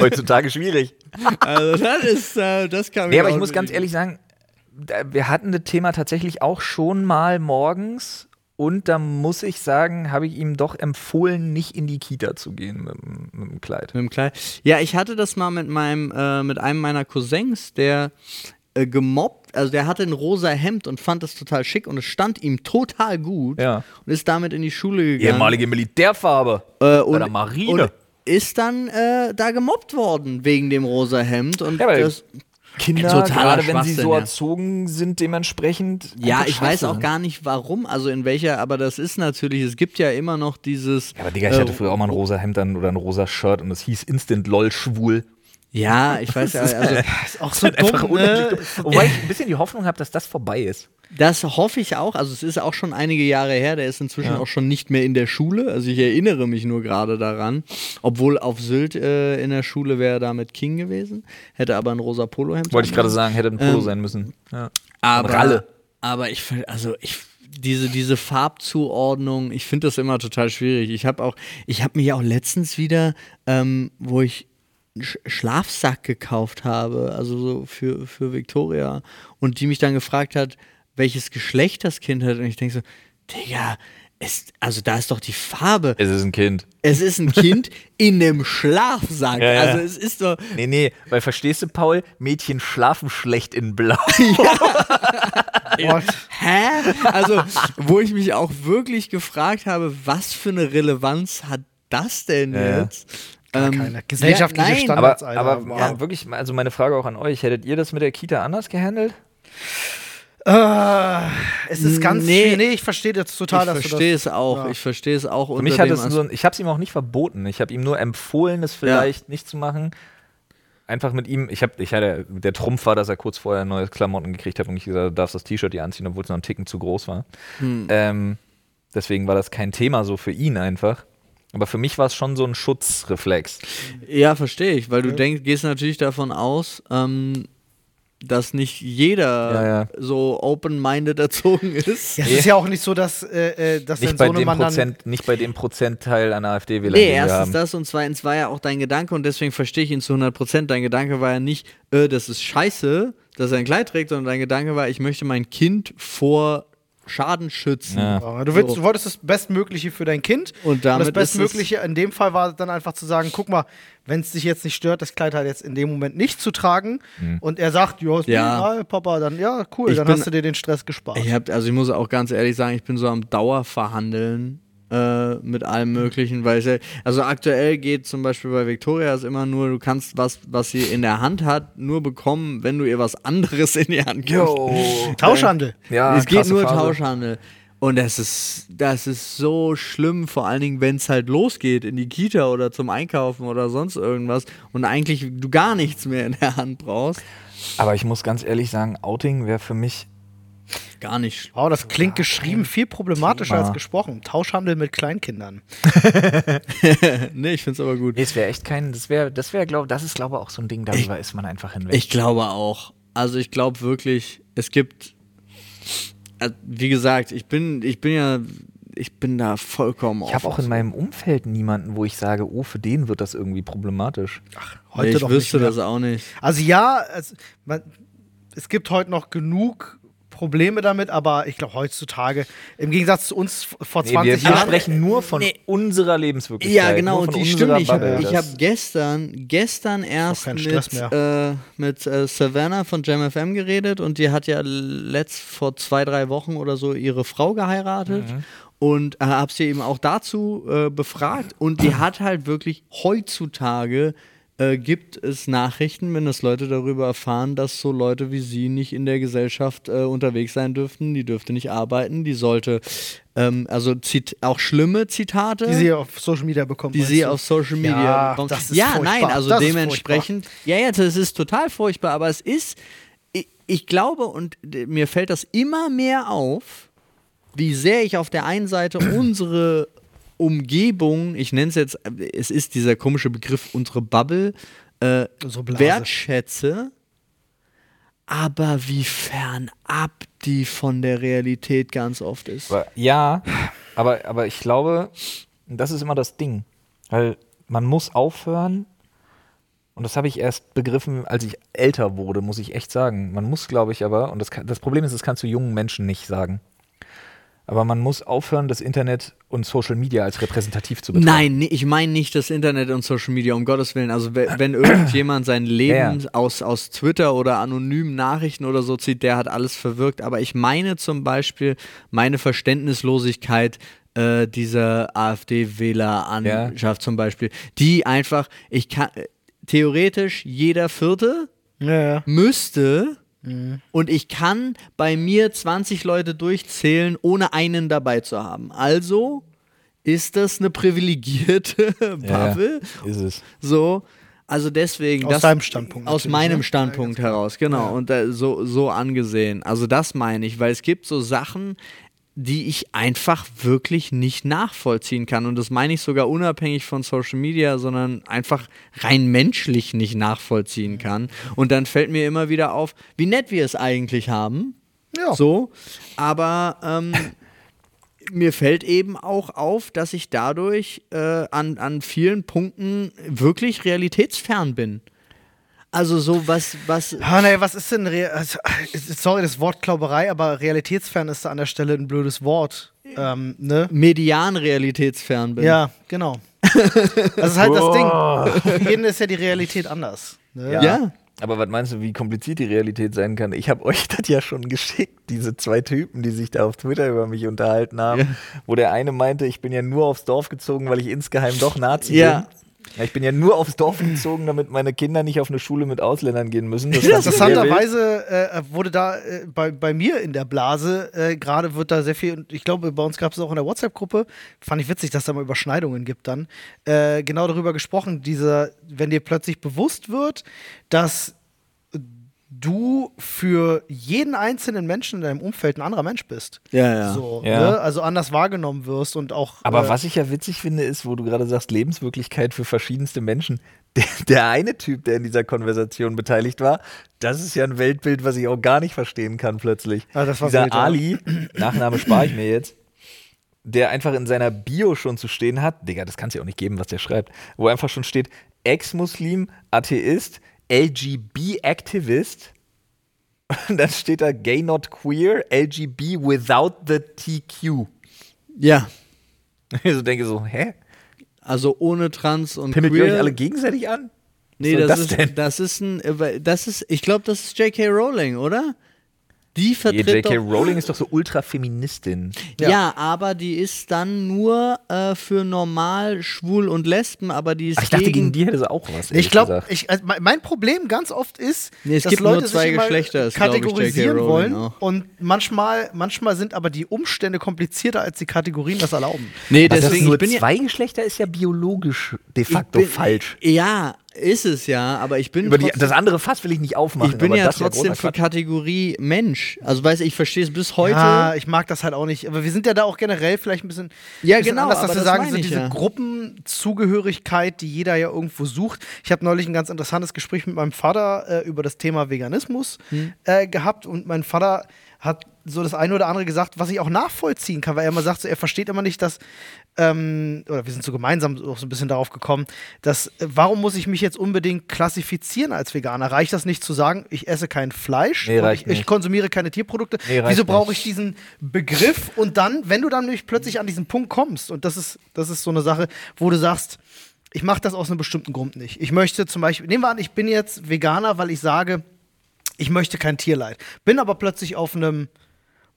Heutzutage schwierig.
Also das ist, äh, das kann
Nee, aber
auch
ich muss ganz
nicht-
ehrlich sagen, da- wir hatten das Thema tatsächlich auch schon mal morgens. Und da muss ich sagen, habe ich ihm doch empfohlen, nicht in die Kita zu gehen mit, dem- mit dem Kleid.
Mit dem Kleid. Ja, ich hatte das mal mit meinem, äh, mit einem meiner Cousins, der äh, gemobbt, also der hatte ein rosa Hemd und fand das total schick und es stand ihm total gut
Ja.
und ist damit in die Schule gegangen.
Ehemalige Militärfarbe.
äh,
bei
und,
der Marine.
und ist dann äh, da gemobbt worden wegen dem rosa Hemd und
Ja, aber
das,
Kinder,
Totaler
gerade wenn sie
Schwachsinn,
so
ja.
erzogen sind, dementsprechend.
Ja,
einfach
ich weiß
Schwachsinn.
auch gar nicht warum, also in welcher, aber das ist natürlich, es gibt ja immer noch dieses.
Ja, aber Digga, ich hatte
äh,
früher auch mal ein rosa Hemd an oder ein rosa Shirt und es hieß Instant LOL schwul.
Ja, ich weiß ja, also
Ist auch so
Einfach
dumm, ne?
unendlich dumm. Wobei ich ein bisschen die Hoffnung habe, dass das vorbei ist.
das hoffe ich auch. Also es ist auch schon einige Jahre her, der ist inzwischen auch schon nicht mehr in der Schule. Also ich erinnere mich nur gerade daran. Obwohl auf Sylt äh, in der Schule wäre damit King gewesen, hätte aber ein rosa Polohemd.
Wollte ich
angehabt.
gerade sagen, hätte ein Polo
Ähm,
sein müssen. Ja.
Aber,
Ralle.
aber ich finde, also ich, diese, diese Farbzuordnung, ich finde das immer total schwierig. Ich habe auch, ich habe mir ja auch letztens wieder, ähm, wo ich einen Sch Schlafsack gekauft habe, also so für, für Victoria, und die mich dann gefragt hat, welches Geschlecht das Kind hat. Und ich denke so, Digga, ist, also da ist doch die Farbe.
Es ist ein Kind.
Es ist ein Kind in einem Schlafsack.
Ja, ja.
Also es ist doch,
Nee, nee, weil verstehst du, Paul, Mädchen schlafen schlecht in Blau.
What?
Hä? Also, wo ich mich auch wirklich gefragt habe, was für eine Relevanz hat das denn
Ja.
jetzt? Ähm,
keine. Gesellschaftliche
nein,
aber
Standards. Platz, Alter.
aber
Wow.
ja, wirklich, also meine Frage auch an euch, hättet ihr das mit der Kita anders gehandelt?
Ah, es ist ganz
Nee.
schwierig. Nee, ich verstehe jetzt total, dass
Ich verstehe
du
es auch.
ja.
Ich verstehe es auch.
Für mich hat es so, ein- ich habe es ihm auch nicht verboten, ich habe ihm nur empfohlen, es vielleicht nicht zu machen. Einfach mit ihm, ich habe, ich hatte, der Trumpf war, dass er kurz vorher neue Klamotten gekriegt hat und ich gesagt, habe, du darfst das T-Shirt hier anziehen, obwohl es noch einen Ticken zu groß war. Ähm, deswegen war das kein Thema so für ihn einfach. Aber für mich war es schon so ein Schutzreflex.
ja, verstehe ich, weil du denkst, gehst natürlich davon aus, ähm, dass nicht jeder
Ja, ja.
so open-minded erzogen ist.
das. Ja, es ist ja auch nicht so, dass, äh, äh, dass
Nicht
dein
bei, dem
Sohnemann dann
Prozent, nicht bei dem Prozentteil an AfD-Wählern,
Nee,
den wir
erstens
haben.
das und zweitens war ja auch dein Gedanke und deswegen verstehe ich ihn zu 100%. Dein Gedanke war ja nicht, äh, das ist scheiße, dass er ein Kleid trägt, sondern dein Gedanke war, ich möchte mein Kind vor Schaden schützen.
Ja.
Ja, Du, willst,
So.
du wolltest das Bestmögliche für dein Kind.
Und damit
das
ist es-
Bestmögliche in dem Fall war dann einfach zu sagen: guck mal, wenn es dich jetzt nicht stört, das Kleid halt jetzt in dem Moment nicht zu tragen. Und er sagt: Jo, ist mir
Hm. Ja.
egal, Papa, dann ja, cool,
Ich
dann
bin-
hast du dir den Stress gespart.
Ich hab, also ich muss auch ganz ehrlich sagen, ich bin so am Dauerverhandeln äh, mit allem möglichen, weil ich, ja- also aktuell geht zum Beispiel bei Victoria ist immer nur, du kannst was, was sie in der Hand hat, nur bekommen, wenn du ihr was anderes in die Hand gibst.
Tauschhandel.
Ja,
es geht
krasse
nur
Phase.
Tauschhandel. Und das ist, das ist so schlimm, vor allen Dingen, wenn es halt losgeht in die Kita oder zum Einkaufen oder sonst irgendwas und eigentlich du gar nichts mehr in der Hand brauchst.
Aber ich muss ganz ehrlich sagen, Outing wäre für mich.
Gar nicht schlimm.
Wow, das klingt geschrieben viel problematischer
Thema.
als gesprochen. Tauschhandel mit Kleinkindern.
Nee, ich find's aber gut.
Nee, es wäre echt kein. Das wäre, das wäre, glaube das ist, glaube auch so ein Ding, darüber ist man einfach hinweg.
Ich glaube auch. Also ich glaube wirklich, es gibt, äh, wie gesagt, ich bin, ich bin ja ich bin da vollkommen
Ich habe auch in meinem Umfeld niemanden, wo ich sage, oh, für den wird das irgendwie problematisch.
Heute nee, ich wüsste
mehr.
das auch nicht.
Also ja, es, man, es gibt heute noch genug Probleme damit, aber ich glaube heutzutage, im Gegensatz zu uns f- vor
Nee, wir
20
wir
Jahren,
sprechen nur von
Nee.
unserer Lebenswirklichkeit.
Ja, genau,
nur
und
von
die stimmt.
unserer
Ich habe
Bubble.
ich
Das-
hab gestern, gestern erst
kein
mit,
Stress
äh, mit äh, Savannah von JamFM geredet und die hat ja letzt vor zwei, drei Wochen oder so ihre Frau geheiratet.
Mhm.
Und äh, habe sie eben auch dazu äh, befragt. Und die hat halt wirklich heutzutage äh, gibt es Nachrichten, wenn das Leute darüber erfahren, dass so Leute wie sie nicht in der Gesellschaft äh, unterwegs sein dürften, die dürfte nicht arbeiten, die sollte, ähm, also zit auch schlimme Zitate.
die sie auf Social Media bekommen.
Die
meinst
sie
du?
auf Social Media
Ja,
bekommt.
das ist
ja,
furchtbar.
nein, also
Das ist
dementsprechend. ja, ja, das ist total furchtbar, aber es ist, ich, ich glaube, und d- mir fällt das immer mehr auf, wie sehr ich auf der einen Seite unsere Umgebung, ich nenne es jetzt, es ist dieser komische Begriff, unsere Bubble, äh,
Unsere Blase.
wertschätze, aber wie fernab die von der Realität ganz oft ist.
Aber, ja, aber, aber ich glaube, das ist immer das Ding. Weil man muss aufhören, und das habe ich erst begriffen, als ich älter wurde, muss ich echt sagen. Man muss, glaube ich, aber, und das, kann, das Problem ist, das kannst du jungen Menschen nicht sagen. Aber man muss aufhören, das Internet und Social Media als repräsentativ zu betrachten.
Nein, nee, ich meine nicht das Internet und Social Media, um Gottes Willen. Also we- wenn irgendjemand sein Leben
Ja,
Aus, aus Twitter oder anonymen Nachrichten oder so zieht, der hat alles verwirkt. Aber ich meine zum Beispiel meine Verständnislosigkeit äh, dieser AfD-Wähleranwaltschaft zum Beispiel, die einfach, ich kann, äh, theoretisch jeder Vierte
Ja, ja.
müsste
Mhm.
und ich kann bei mir 20 Leute durchzählen, ohne einen dabei zu haben. Also ist das eine privilegierte
Ja,
Bubble.
Ist es.
So, also deswegen.
Aus
das,
deinem Standpunkt
Aus
natürlich,
meinem
ne?
Standpunkt heraus, genau. Und da, so, so angesehen. Also das meine ich, weil es gibt so Sachen, die ich einfach wirklich nicht nachvollziehen kann. Und das meine ich sogar unabhängig von Social Media, sondern einfach rein menschlich nicht nachvollziehen kann. Und dann fällt mir immer wieder auf, wie nett wir es eigentlich haben.
Ja.
So, aber ähm, mir fällt eben auch auf, dass ich dadurch äh, an, an vielen Punkten wirklich realitätsfern bin. Also so was, was.
Ah, nee, was ist denn, Re also, sorry, das Wort Klauberei, aber realitätsfern ist da an der Stelle ein blödes Wort. Ähm, ne?
Median realitätsfern bin.
Ja, genau. Das ist halt das Ding. Für jeden ist ja die Realität anders. Ne?
Ja.
Aber was meinst du, wie kompliziert die Realität sein kann? Ich habe euch das ja schon geschickt, diese zwei Typen, die sich da auf Twitter über mich unterhalten haben,
Ja.
wo der eine meinte, ich bin ja nur aufs Dorf gezogen, weil ich insgeheim doch Nazi
Ja.
bin. Ja, Ich bin ja nur aufs Dorf gezogen, damit meine Kinder nicht auf eine Schule mit Ausländern gehen müssen. Das fand ich sehr wild.
Interessanterweise äh, wurde da äh, bei, bei mir in der Blase äh, gerade wird da sehr viel, und ich glaube, bei uns gab es auch in der WhatsApp-Gruppe, fand ich witzig, dass da mal Überschneidungen gibt dann, äh, genau darüber gesprochen, dieser, wenn dir plötzlich bewusst wird, dass du für jeden einzelnen Menschen in deinem Umfeld ein anderer Mensch bist.
Ja, ja.
So,
Ja.
Ne? Also anders wahrgenommen wirst und auch.
Aber
äh,
was ich ja witzig finde, ist, wo du gerade sagst, Lebenswirklichkeit für verschiedenste Menschen. Der, der eine Typ, der in dieser Konversation beteiligt war, das ist ja ein Weltbild, was ich auch gar nicht verstehen kann plötzlich.
Ah, das war
dieser
wild, ja.
Ali, Nachname spare ich mir jetzt, der einfach in seiner Bio schon zu stehen hat, Digga, das kann es ja auch nicht geben, was der schreibt, wo einfach schon steht, Ex-Muslim, Atheist, LGB-Aktivist. Und dann steht da Gay Not Queer, LGB without the TQ.
ja.
Ich so denke so, hä?
Also ohne Trans und
Pimmelt
queer.
ihr euch alle gegenseitig an?
nee,
soll
das,
das
ist,
denn?
das ist ein, äh, weil- das ist, ich glaube, das ist J.K. Rowling, oder? Die vertritt
J.K.
doch
Rowling ist doch so ultrafeministin.
Ja.
Ja.
aber die ist dann nur äh, für normal, schwul und Lesben, aber die ist
Ach, ich dachte, gegen
gegen,
die hätte sie auch was.
Ich
ehrlich
glaube,
äh,
gesagt.
ich, also mein- mein Problem ganz oft ist,
Nee, es
dass
gibt nur
Leute
zwei
sich immer
Geschlechter, ist, glaub ich, J.K.
kategorisieren
Rowling
wollen
auch.
und manchmal, manchmal sind aber die Umstände komplizierter, als die Kategorien das erlauben.
Nee,
Also, dass
deswegen
nur
ich bin ja,
zwei Geschlechter ist ja biologisch de
ich
facto
bin-
falsch.
Ja, Ist es ja, aber ich bin.
Über die,
trotzdem-
das andere Fass will ich nicht aufmachen.
ich bin
aber
ja
das
trotzdem
großer
für
Quatsch.
Kategorie Mensch. Also weiß ich, ich verstehe es bis heute.
Ja, ich mag das halt auch nicht. Aber wir sind ja da auch generell vielleicht ein bisschen,
Ja,
bisschen
genau,
anders, dass
aber
wir
das
sagen,
meine
so
ich
diese
ja.
Gruppenzugehörigkeit, die jeder ja irgendwo sucht. Ich habe neulich ein ganz interessantes Gespräch mit meinem Vater äh, über das Thema Veganismus
Hm.
äh, gehabt und mein Vater hat so das eine oder andere gesagt, was ich auch nachvollziehen kann, weil er immer sagt, so, er versteht immer nicht, dass ähm, oder wir sind so gemeinsam auch so ein bisschen darauf gekommen, dass äh, warum muss ich mich jetzt unbedingt klassifizieren als Veganer? Reicht das nicht zu sagen, ich esse kein Fleisch,
Nee,
und
reicht
ich, ich
nicht.
konsumiere keine Tierprodukte?
Nee, reicht
Wieso brauche
nicht.
ich diesen Begriff und dann, wenn du dann nämlich plötzlich an diesen Punkt kommst, und das ist, das ist so eine Sache, wo du sagst, ich mache das aus einem bestimmten Grund nicht. Ich möchte zum Beispiel, nehmen wir an, ich bin jetzt Veganer, weil ich sage, ich möchte kein Tierleid. Bin aber plötzlich auf einem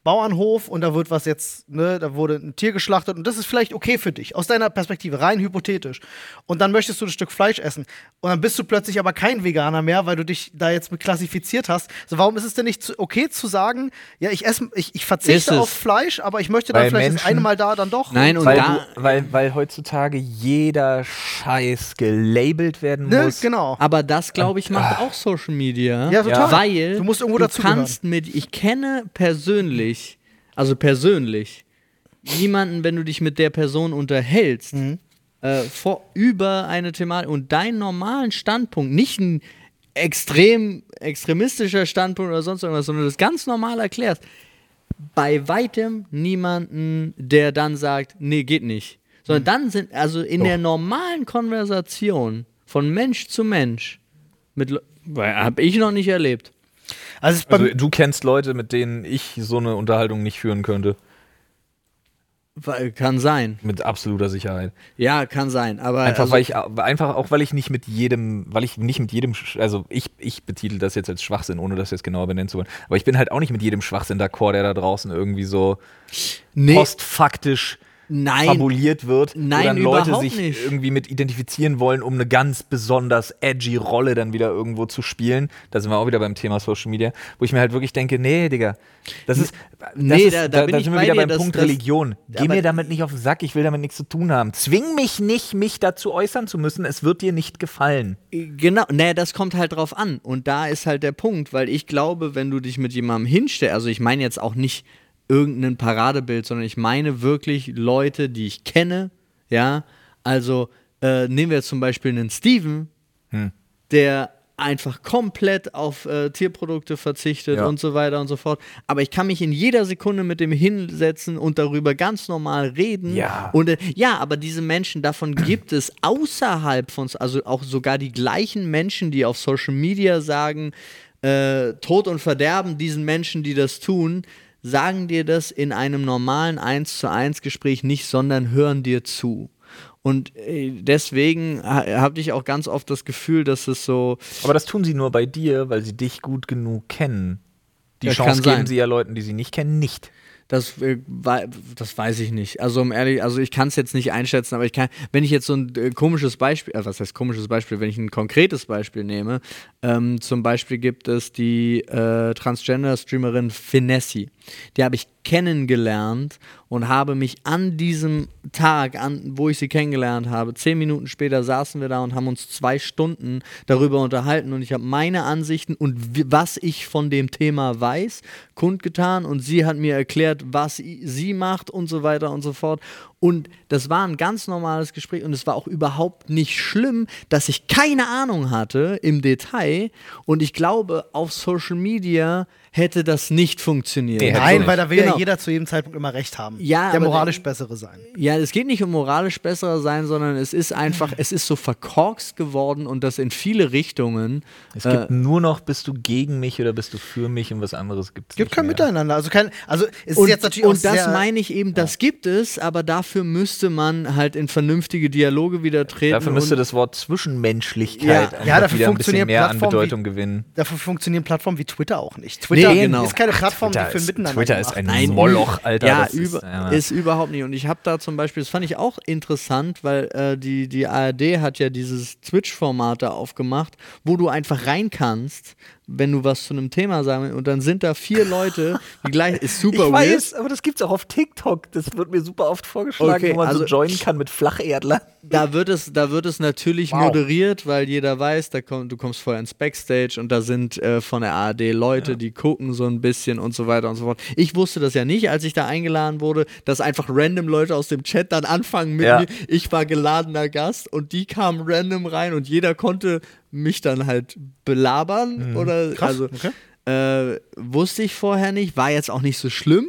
Bauernhof und da wird was jetzt, ne, da wurde ein Tier geschlachtet und das ist vielleicht okay für dich, aus deiner Perspektive, rein hypothetisch. Und dann möchtest du ein Stück Fleisch essen und dann bist du plötzlich aber kein Veganer mehr, weil du dich da jetzt mit klassifiziert hast. So, warum ist es denn nicht zu, okay zu sagen, ja, ich esse, ich, ich
Ist
verzichte
es.
auf Fleisch, aber ich möchte dann
Weil
vielleicht das
Menschen-
eine Mal da dann doch.
Nein, und
Weil,
da.
du, weil, weil heutzutage jeder Scheiß gelabelt werden
ne,
muss.
genau.
Aber das, glaube ich,
ah.
macht auch Social Media.
Ja, total.
ne? Weil
Du musst irgendwo
du
dazugehören.
kannst mit, ich kenne persönlich, also persönlich, niemanden, wenn du dich mit der Person unterhältst,
Mhm.
äh, vor, über eine Thematik und deinen normalen Standpunkt, nicht ein extrem extremistischer Standpunkt oder sonst irgendwas, sondern das ganz normal erklärst, bei weitem niemanden, der dann sagt, nee, geht nicht. Sondern
Mhm.
dann sind, also in der normalen Konversation von Mensch zu Mensch, mit Le- weil habe ich noch nicht erlebt.
Also, es ist bei
Also du kennst Leute, mit denen ich so eine Unterhaltung nicht führen könnte.
Weil- Kann sein.
Mit absoluter Sicherheit.
Ja, kann sein. Aber
Einfach
also,
Äh, weil ich einfach auch weil ich nicht mit jedem, weil ich nicht mit jedem, Sch- also ich, ich betitel das jetzt als Schwachsinn, ohne das jetzt genauer benennen zu wollen. Aber ich bin halt auch nicht mit jedem Schwachsinn d'accord, der da draußen irgendwie so
nee,
postfaktisch
nein,
fabuliert wird,
Nein,
wo dann Leute
überhaupt
sich
nicht.
irgendwie mit identifizieren wollen, um eine ganz besonders edgy Rolle dann wieder irgendwo zu spielen. Da sind wir auch wieder beim Thema Social Media, wo ich mir halt wirklich denke, nee, Digga, das ist, das
Nee,
ist
da-
da,
da
da,
bin ich
sind wir
bei
wieder
dir,
beim
das-
Punkt
das-
Religion. Geh
aber-
mir damit nicht auf den Sack, ich will damit nichts zu tun haben. Zwing mich nicht, mich dazu äußern zu müssen, es wird dir nicht gefallen.
genau, nee, das kommt halt drauf an. Und da ist halt der Punkt, weil ich glaube, wenn du dich mit jemandem hinstellst, also ich meine jetzt auch nicht irgendein Paradebild, sondern ich meine wirklich Leute, die ich kenne, ja, also äh, nehmen wir jetzt zum Beispiel einen Steven, der einfach komplett auf äh, Tierprodukte verzichtet
Ja.
und so weiter und so fort. Aber ich kann mich in jeder Sekunde mit dem hinsetzen und darüber ganz normal reden.
Ja.
Und äh, ja, aber diese Menschen, davon gibt es außerhalb von, also auch sogar die gleichen Menschen, die auf Social Media sagen, äh, Tod und Verderben diesen Menschen, die das tun, sagen dir das in einem normalen 1 zu 1 Gespräch nicht, sondern hören dir zu. Und äh, deswegen ha habe ich auch ganz oft das Gefühl, dass es so,
Aber das tun sie nur bei dir, weil sie dich gut genug kennen. Die
Ja, kann
Chance
sein.
geben sie ja Leuten, die sie nicht kennen, nicht.
das, äh, wei- das weiß ich nicht. Also um ehrlich, also ich kann es jetzt nicht einschätzen, aber ich kann, wenn ich jetzt so ein äh, komisches Beispiel, äh, was heißt komisches Beispiel, wenn ich ein konkretes Beispiel nehme, ähm, zum Beispiel gibt es die äh, Transgender-Streamerin Finessi. Die habe ich kennengelernt und habe mich an diesem Tag, an, wo ich sie kennengelernt habe, zehn Minuten später saßen wir da und haben uns zwei Stunden darüber unterhalten und ich habe meine Ansichten und wi- was ich von dem Thema weiß, kundgetan und sie hat mir erklärt, was i- sie macht und so weiter und so fort. Und das war ein ganz normales Gespräch und es war auch überhaupt nicht schlimm, dass ich keine Ahnung hatte im Detail und ich glaube, auf Social Media hätte das nicht funktioniert.
Nee, hätte
Nein,
nicht.
weil da will
Genau.
ja jeder zu jedem Zeitpunkt immer recht haben.
Ja,
der
aber-
moralisch bessere sein.
Ja, es geht nicht um moralisch besser sein, sondern es ist einfach, es ist so verkorkst geworden und das in viele Richtungen.
Es
Äh.
gibt nur noch, bist du gegen mich oder bist du für mich und was anderes gibt es
Gibt kein
mehr.
Miteinander. Also kein, also es ist
Und,
jetzt natürlich auch
und das
sehr,
meine ich eben, das gibt es, aber dafür müsste man halt in vernünftige Dialoge wieder treten.
Dafür müsste
und,
das Wort Zwischenmenschlichkeit
Ja.
einfach
Ja, dafür
wieder ein bisschen
funktionieren
mehr an
Plattformen wie-
Bedeutung gewinnen.
Dafür funktionieren Plattformen wie Twitter auch nicht. Twitter
genau.
ist keine Plattform,
Twitter
die für ein
ist-
Miteinander
Twitter ist
gemacht
ein
Nein,
Moloch,
üb-
Alter.
Ja,
das ist-
über,
ja.
ist überhaupt nicht. Und ich habe da zum Beispiel, das fand ich auch interessant, weil äh, die, die ARD hat ja dieses Twitch-Format da aufgemacht, wo du einfach rein kannst wenn du was zu einem Thema sagst und dann sind da vier Leute, die gleich ist
Ich
super weird.
weiß, aber das gibt's auch auf TikTok. Das wird mir super oft vorgeschlagen,
Okay,
wo man
also-
so joinen kann mit Flacherdler.
Da wird es, da wird es natürlich
Wow.
moderiert, weil jeder weiß, da komm, du kommst vorher ins Backstage und da sind äh, von der ARD Leute, die gucken so ein bisschen und so weiter und so fort. Ich wusste das ja nicht, als ich da eingeladen wurde, dass einfach random Leute aus dem Chat dann anfangen mit
Ja.
mir. Ich war geladener Gast und die kamen random rein und jeder konnte mich dann halt belabern oder
Mhm. Krass,
also
okay.
äh, wusste ich vorher nicht, war jetzt auch nicht so schlimm.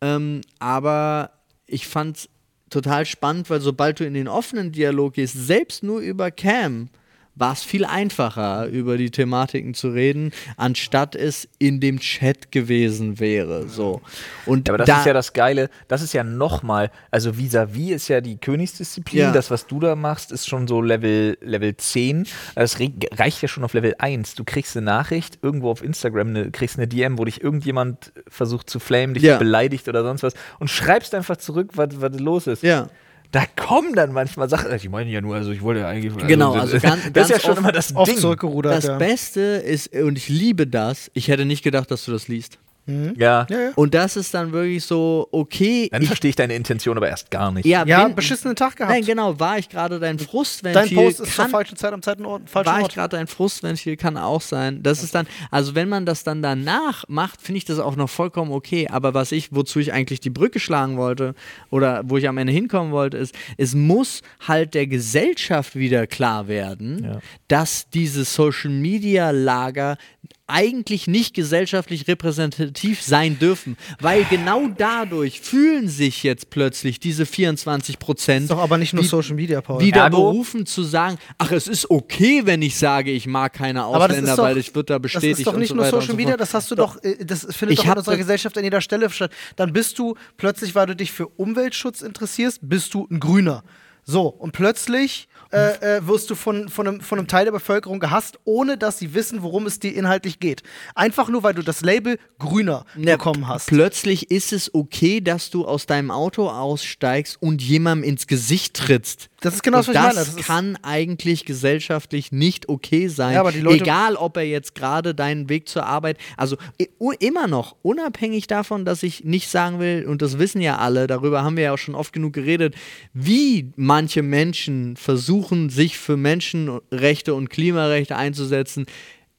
Ähm, aber ich fand's total spannend, weil sobald du in den offenen Dialog gehst, selbst nur über Cam, war es viel einfacher, über die Thematiken zu reden, anstatt es in dem Chat gewesen wäre. So. Und
Ja, aber das
da,
ist ja das Geile, das ist ja nochmal, also vis-à-vis ist ja die Königsdisziplin,
Ja.
das, was du da machst, ist schon so Level, Level 10, es re- reicht ja schon auf Level 1, du kriegst eine Nachricht, irgendwo auf Instagram eine, kriegst eine DM, wo dich irgendjemand versucht zu flamen, dich
Ja.
beleidigt oder sonst was und schreibst einfach zurück, was, was los ist.
Ja.
Da kommen dann manchmal Sachen, ich meine ja nur, also ich wollte ja eigentlich... Also,
Genau, also
das,
ganz-
das ist ja
ganz
schon
oft-
immer das
Oft
Ding.
zurückgerudert,
das
ja.
Beste ist, und ich liebe das, ich hätte nicht gedacht, dass du das liest.
Ja,
Ja, ja.
Und das ist dann wirklich so, okay,
dann verstehe ich deine Intention aber erst gar nicht.
ja,
Ja,
bin-
beschissenen Tag gehabt.
Nein, genau, war ich gerade dein Frustventil.
Dein Post ist zur
kann
falschen Zeit am Zeiten Ort, falschen
war ich
Ort.
gerade ein Frustventil, kann auch sein. Das ist dann, also wenn man das dann danach macht, finde ich das auch noch vollkommen okay. Aber was ich, wozu ich eigentlich die Brücke schlagen wollte oder wo ich am Ende hinkommen wollte, ist, es muss halt der Gesellschaft wieder klar werden,
Ja.
dass dieses Social Media Lager eigentlich nicht gesellschaftlich repräsentativ sein dürfen, weil genau dadurch fühlen sich jetzt plötzlich diese 24 Prozent
Ist doch aber nicht nur Social Media, Paul.
wieder
Ergo-
berufen zu sagen, ach, es ist okay, wenn ich sage, ich mag keine
Aber das
Ausländer,
ist doch-
weil ich wird da bestätigt
Das ist doch nicht
und so
nur
weiter
Social
und so
Media,
fort.
das hast du doch, äh, das findet
Ich
doch in
hab
unserer
das-
Gesellschaft an jeder Stelle statt. Dann bist du plötzlich, weil du dich für Umweltschutz interessierst, bist du ein Grüner. So, und plötzlich äh, äh, wirst du von, von, einem, von einem Teil der Bevölkerung gehasst, ohne dass sie wissen, worum es dir inhaltlich geht. Einfach nur, weil du das Label Grüner
Na,
bekommen hast.
Plötzlich ist es okay, dass du aus deinem Auto aussteigst und jemandem ins Gesicht trittst.
Das ist genau das,
Und
was ich meine.
Das
Das ist-
kann eigentlich gesellschaftlich nicht okay sein.
Ja, aber die Leute-
Egal, ob er jetzt gerade deinen Weg zur Arbeit, also i- u- immer noch, unabhängig davon, dass ich nicht sagen will, und das wissen ja alle, darüber haben wir ja auch schon oft genug geredet, wie manche Menschen versuchen, sich für Menschenrechte und Klimarechte einzusetzen,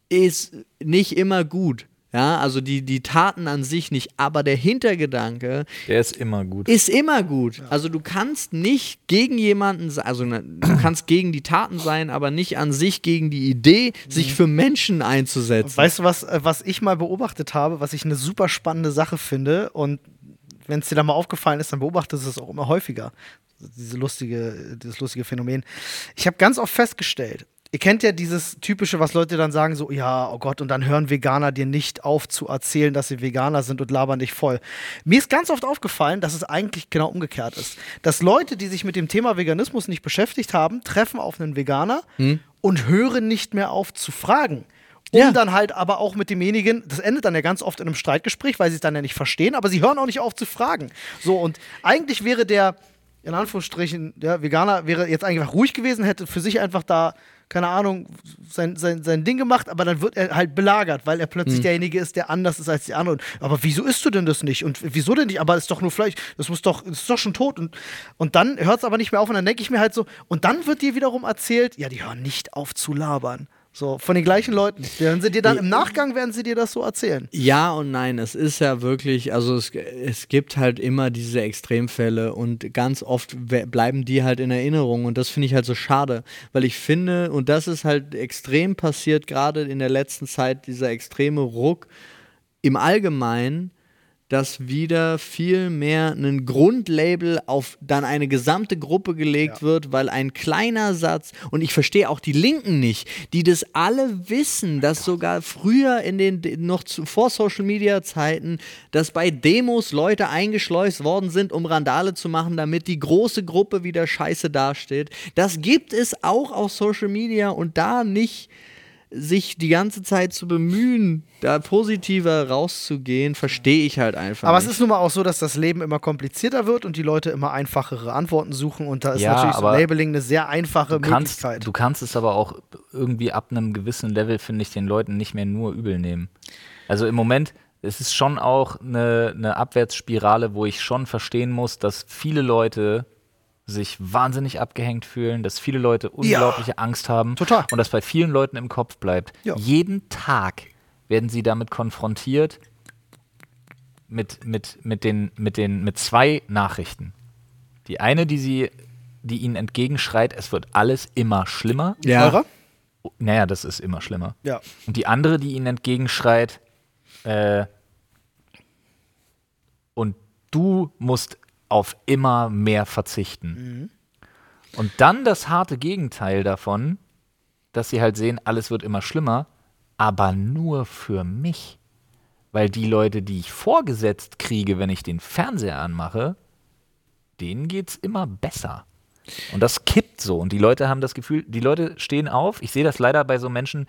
ist nicht immer gut. Ja, also die, die Taten an sich nicht, aber der Hintergedanke,
Der ist immer gut.
ist immer gut. Also du kannst nicht gegen jemanden, se- also ne, du kannst gegen die Taten sein, aber nicht an sich gegen die Idee, sich für Menschen einzusetzen.
Weißt du, was, äh, was ich mal beobachtet habe, was ich eine super spannende Sache finde und wenn es dir dann mal aufgefallen ist, dann beobachtest du es auch immer häufiger. Diese lustige, dieses lustige Phänomen. Ich habe ganz oft festgestellt, ihr kennt ja dieses typische, was Leute dann sagen, so, ja, oh Gott, und dann hören Veganer dir nicht auf zu erzählen, dass sie Veganer sind und labern dich voll. Mir ist ganz oft aufgefallen, dass es eigentlich genau umgekehrt ist. Dass Leute, die sich mit dem Thema Veganismus nicht beschäftigt haben, treffen auf einen Veganer und hören nicht mehr auf zu fragen. Um
Ja.
dann halt aber auch mit demjenigen, das endet dann ja ganz oft in einem Streitgespräch, weil sie es dann ja nicht verstehen, aber sie hören auch nicht auf zu fragen. So, und eigentlich wäre der, in Anführungsstrichen, der Veganer wäre jetzt eigentlich einfach ruhig gewesen, hätte für sich einfach da, keine Ahnung, sein, sein, sein Ding gemacht, aber dann wird er halt belagert, weil er plötzlich derjenige ist, der anders ist als die anderen. Aber wieso isst du denn das nicht? Und wieso denn nicht? Aber ist doch nur Fleisch, das muss doch, ist doch schon tot. Und, und dann hört es aber nicht mehr auf und dann denke ich mir halt so, und dann wird dir wiederum erzählt, ja, die hören nicht auf zu labern. So, von den gleichen Leuten. Werden sie dir dann im Nachgang werden sie dir das so erzählen.
Ja und nein, es ist ja wirklich, also es, es gibt halt immer diese Extremfälle und ganz oft we- bleiben die halt in Erinnerung und das finde ich halt so schade, weil ich finde, und das ist halt extrem passiert, gerade in der letzten Zeit, dieser extreme Ruck im Allgemeinen, dass wieder viel mehr ein Grundlabel auf dann eine gesamte Gruppe gelegt wird, weil ein kleiner Satz, und ich verstehe auch die Linken nicht, die das alle wissen, dass sogar früher in den, noch zu, vor Social Media Zeiten, dass bei Demos Leute eingeschleust worden sind, um Randale zu machen, damit die große Gruppe wieder scheiße dasteht. Das gibt es auch auf Social Media und da nicht sich die ganze Zeit zu bemühen, da positiver rauszugehen, verstehe ich halt einfach.
Aber
nicht.
es ist nun mal auch so, dass das Leben immer komplizierter wird und die Leute immer einfachere Antworten suchen. Und da ist
Ja,
natürlich so
aber
Labeling eine sehr einfache
Du kannst,
Möglichkeit.
du kannst es aber auch irgendwie ab einem gewissen Level, finde ich, den Leuten nicht mehr nur übel nehmen. Also im Moment, es ist schon auch eine, eine Abwärtsspirale, wo ich schon verstehen muss, dass viele Leute sich wahnsinnig abgehängt fühlen, dass viele Leute unglaubliche Angst haben
Total.
und das bei vielen Leuten im Kopf bleibt.
Ja.
Jeden Tag werden sie damit konfrontiert mit, mit, mit, den, mit, den, mit zwei Nachrichten. Die eine, die sie, die ihnen entgegenschreit, es wird alles immer schlimmer.
ja.
Eurer?
Naja, das ist immer schlimmer.
Ja.
Und die andere, die ihnen entgegenschreit, äh, und du musst auf immer mehr verzichten. Und dann das harte Gegenteil davon, dass sie halt sehen, alles wird immer schlimmer, aber nur für mich. Weil die Leute, die ich vorgesetzt kriege, wenn ich den Fernseher anmache, denen geht's immer besser. Und das kippt so. Und die Leute haben das Gefühl, die Leute stehen auf. Ich sehe das leider bei so Menschen,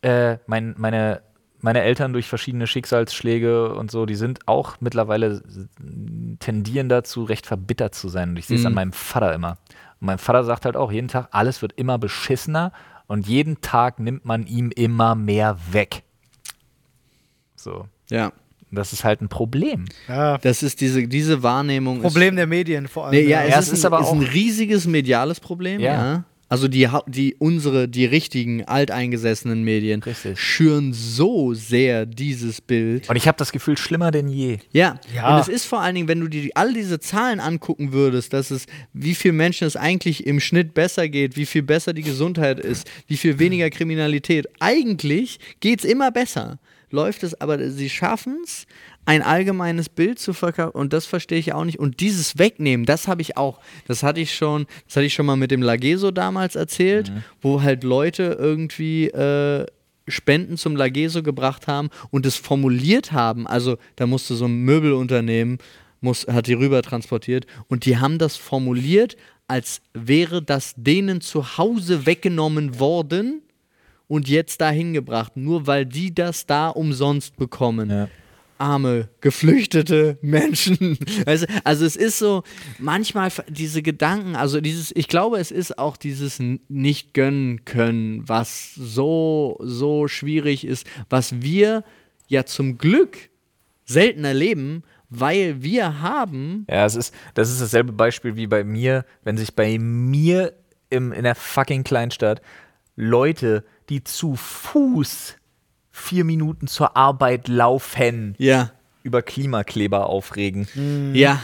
äh, mein, meine, meine Eltern durch verschiedene Schicksalsschläge und so, die sind auch mittlerweile s- tendieren dazu, recht verbittert zu sein. Und ich sehe es an meinem Vater immer. Und mein Vater sagt halt auch jeden Tag, alles wird immer beschissener und jeden Tag nimmt man ihm immer mehr weg. So.
ja.
Und Das ist halt ein Problem.
ja.
Das ist diese, diese Wahrnehmung.
Problem der Medien vor allem. ne?
Ist, nee, ja,
Ja,
es ist, ein, aber ist ein riesiges mediales Problem.
Ja.
Ja. Also die, hau- die unsere, die richtigen, alteingesessenen Medien
Richtig.
schüren so sehr dieses Bild.
Und ich habe das Gefühl, schlimmer denn je.
Ja.
Ja.
und es ist vor allen Dingen, wenn du dir die- all diese Zahlen angucken würdest, dass es, wie viel Menschen es eigentlich im Schnitt besser geht, wie viel besser die Gesundheit ist, wie viel weniger Kriminalität. Eigentlich geht es immer besser. Läuft es, aber sie schaffen es, ein allgemeines Bild zu verkaufen und das verstehe ich auch nicht. Und dieses Wegnehmen, das habe ich auch. Das hatte ich schon, das hatte ich schon mal mit dem Lageso damals erzählt, wo halt Leute irgendwie äh, Spenden zum Lageso gebracht haben und es formuliert haben. Also da musste so ein Möbelunternehmen, muss, hat die rüber transportiert und die haben das formuliert, als wäre das denen zu Hause weggenommen worden und jetzt dahin gebracht, nur weil die das da umsonst bekommen. Arme, geflüchtete Menschen. Also, also es ist so, manchmal f- diese Gedanken, also dieses, ich glaube, es ist auch dieses N- nicht gönnen können, was so, so schwierig ist, was wir ja zum Glück selten erleben, weil wir haben,
Ja, es ist, das ist dasselbe Beispiel wie bei mir, wenn sich bei mir im, in der fucking Kleinstadt Leute, die zu Fuß vier Minuten zur Arbeit laufen,
ja,
über Klimakleber aufregen.
ja,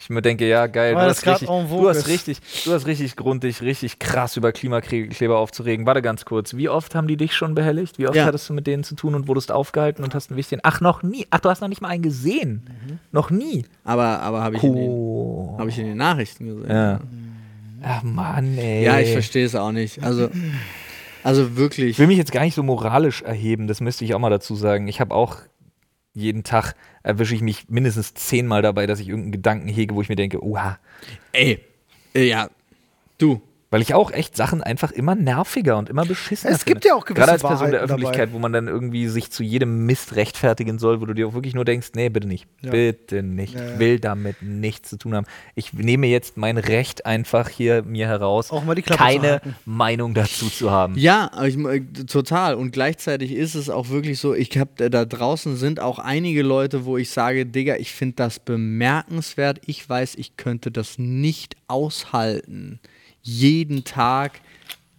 Ich mir denke, ja, geil, du
Weil das
hast,
grad
richtig,
en vogue
du, hast
ist.
richtig, du hast richtig Grund, dich richtig krass über Klimakleber aufzuregen. Warte ganz kurz, wie oft haben die dich schon behelligt? Wie oft
Ja.
hattest du mit denen zu tun und wurdest aufgehalten und hast einen wichtigen... Ach, noch nie. Ach, du hast noch nicht mal einen gesehen.
Mhm.
Noch nie.
aber, aber habe ich, in den-
Oh.
hab ich in den Nachrichten gesehen.
Ja. Ach Mann, ey.
Ja, ich verstehe es auch nicht. Also, also wirklich.
Ich will mich jetzt gar nicht so moralisch erheben, das müsste ich auch mal dazu sagen. Ich habe auch jeden Tag erwische ich mich mindestens zehnmal dabei, dass ich irgendeinen Gedanken hege, wo ich mir denke, oha.
Ey, äh, ja, du.
Weil ich auch echt Sachen einfach immer nerviger und immer beschissener
Es gibt
finde.
ja auch gewisse
Gerade als Person der
Wahrheiten dabei.
Öffentlichkeit, wo man dann irgendwie sich zu jedem Mist rechtfertigen soll, wo du dir auch wirklich nur denkst, nee, bitte nicht.
Ja.
Bitte nicht.
Ja, ja.
Ich will damit nichts zu tun haben. Ich nehme jetzt mein Recht einfach hier mir heraus,
Auch mal die Klappe zu
keine
halten.
Meinung dazu zu haben.
Ja, aber ich, mu- äh, total. Und gleichzeitig ist es auch wirklich so, ich hab, äh, da draußen sind auch einige Leute, wo ich sage, Digga, ich finde das bemerkenswert. Ich weiß, ich könnte das nicht aushalten, jeden Tag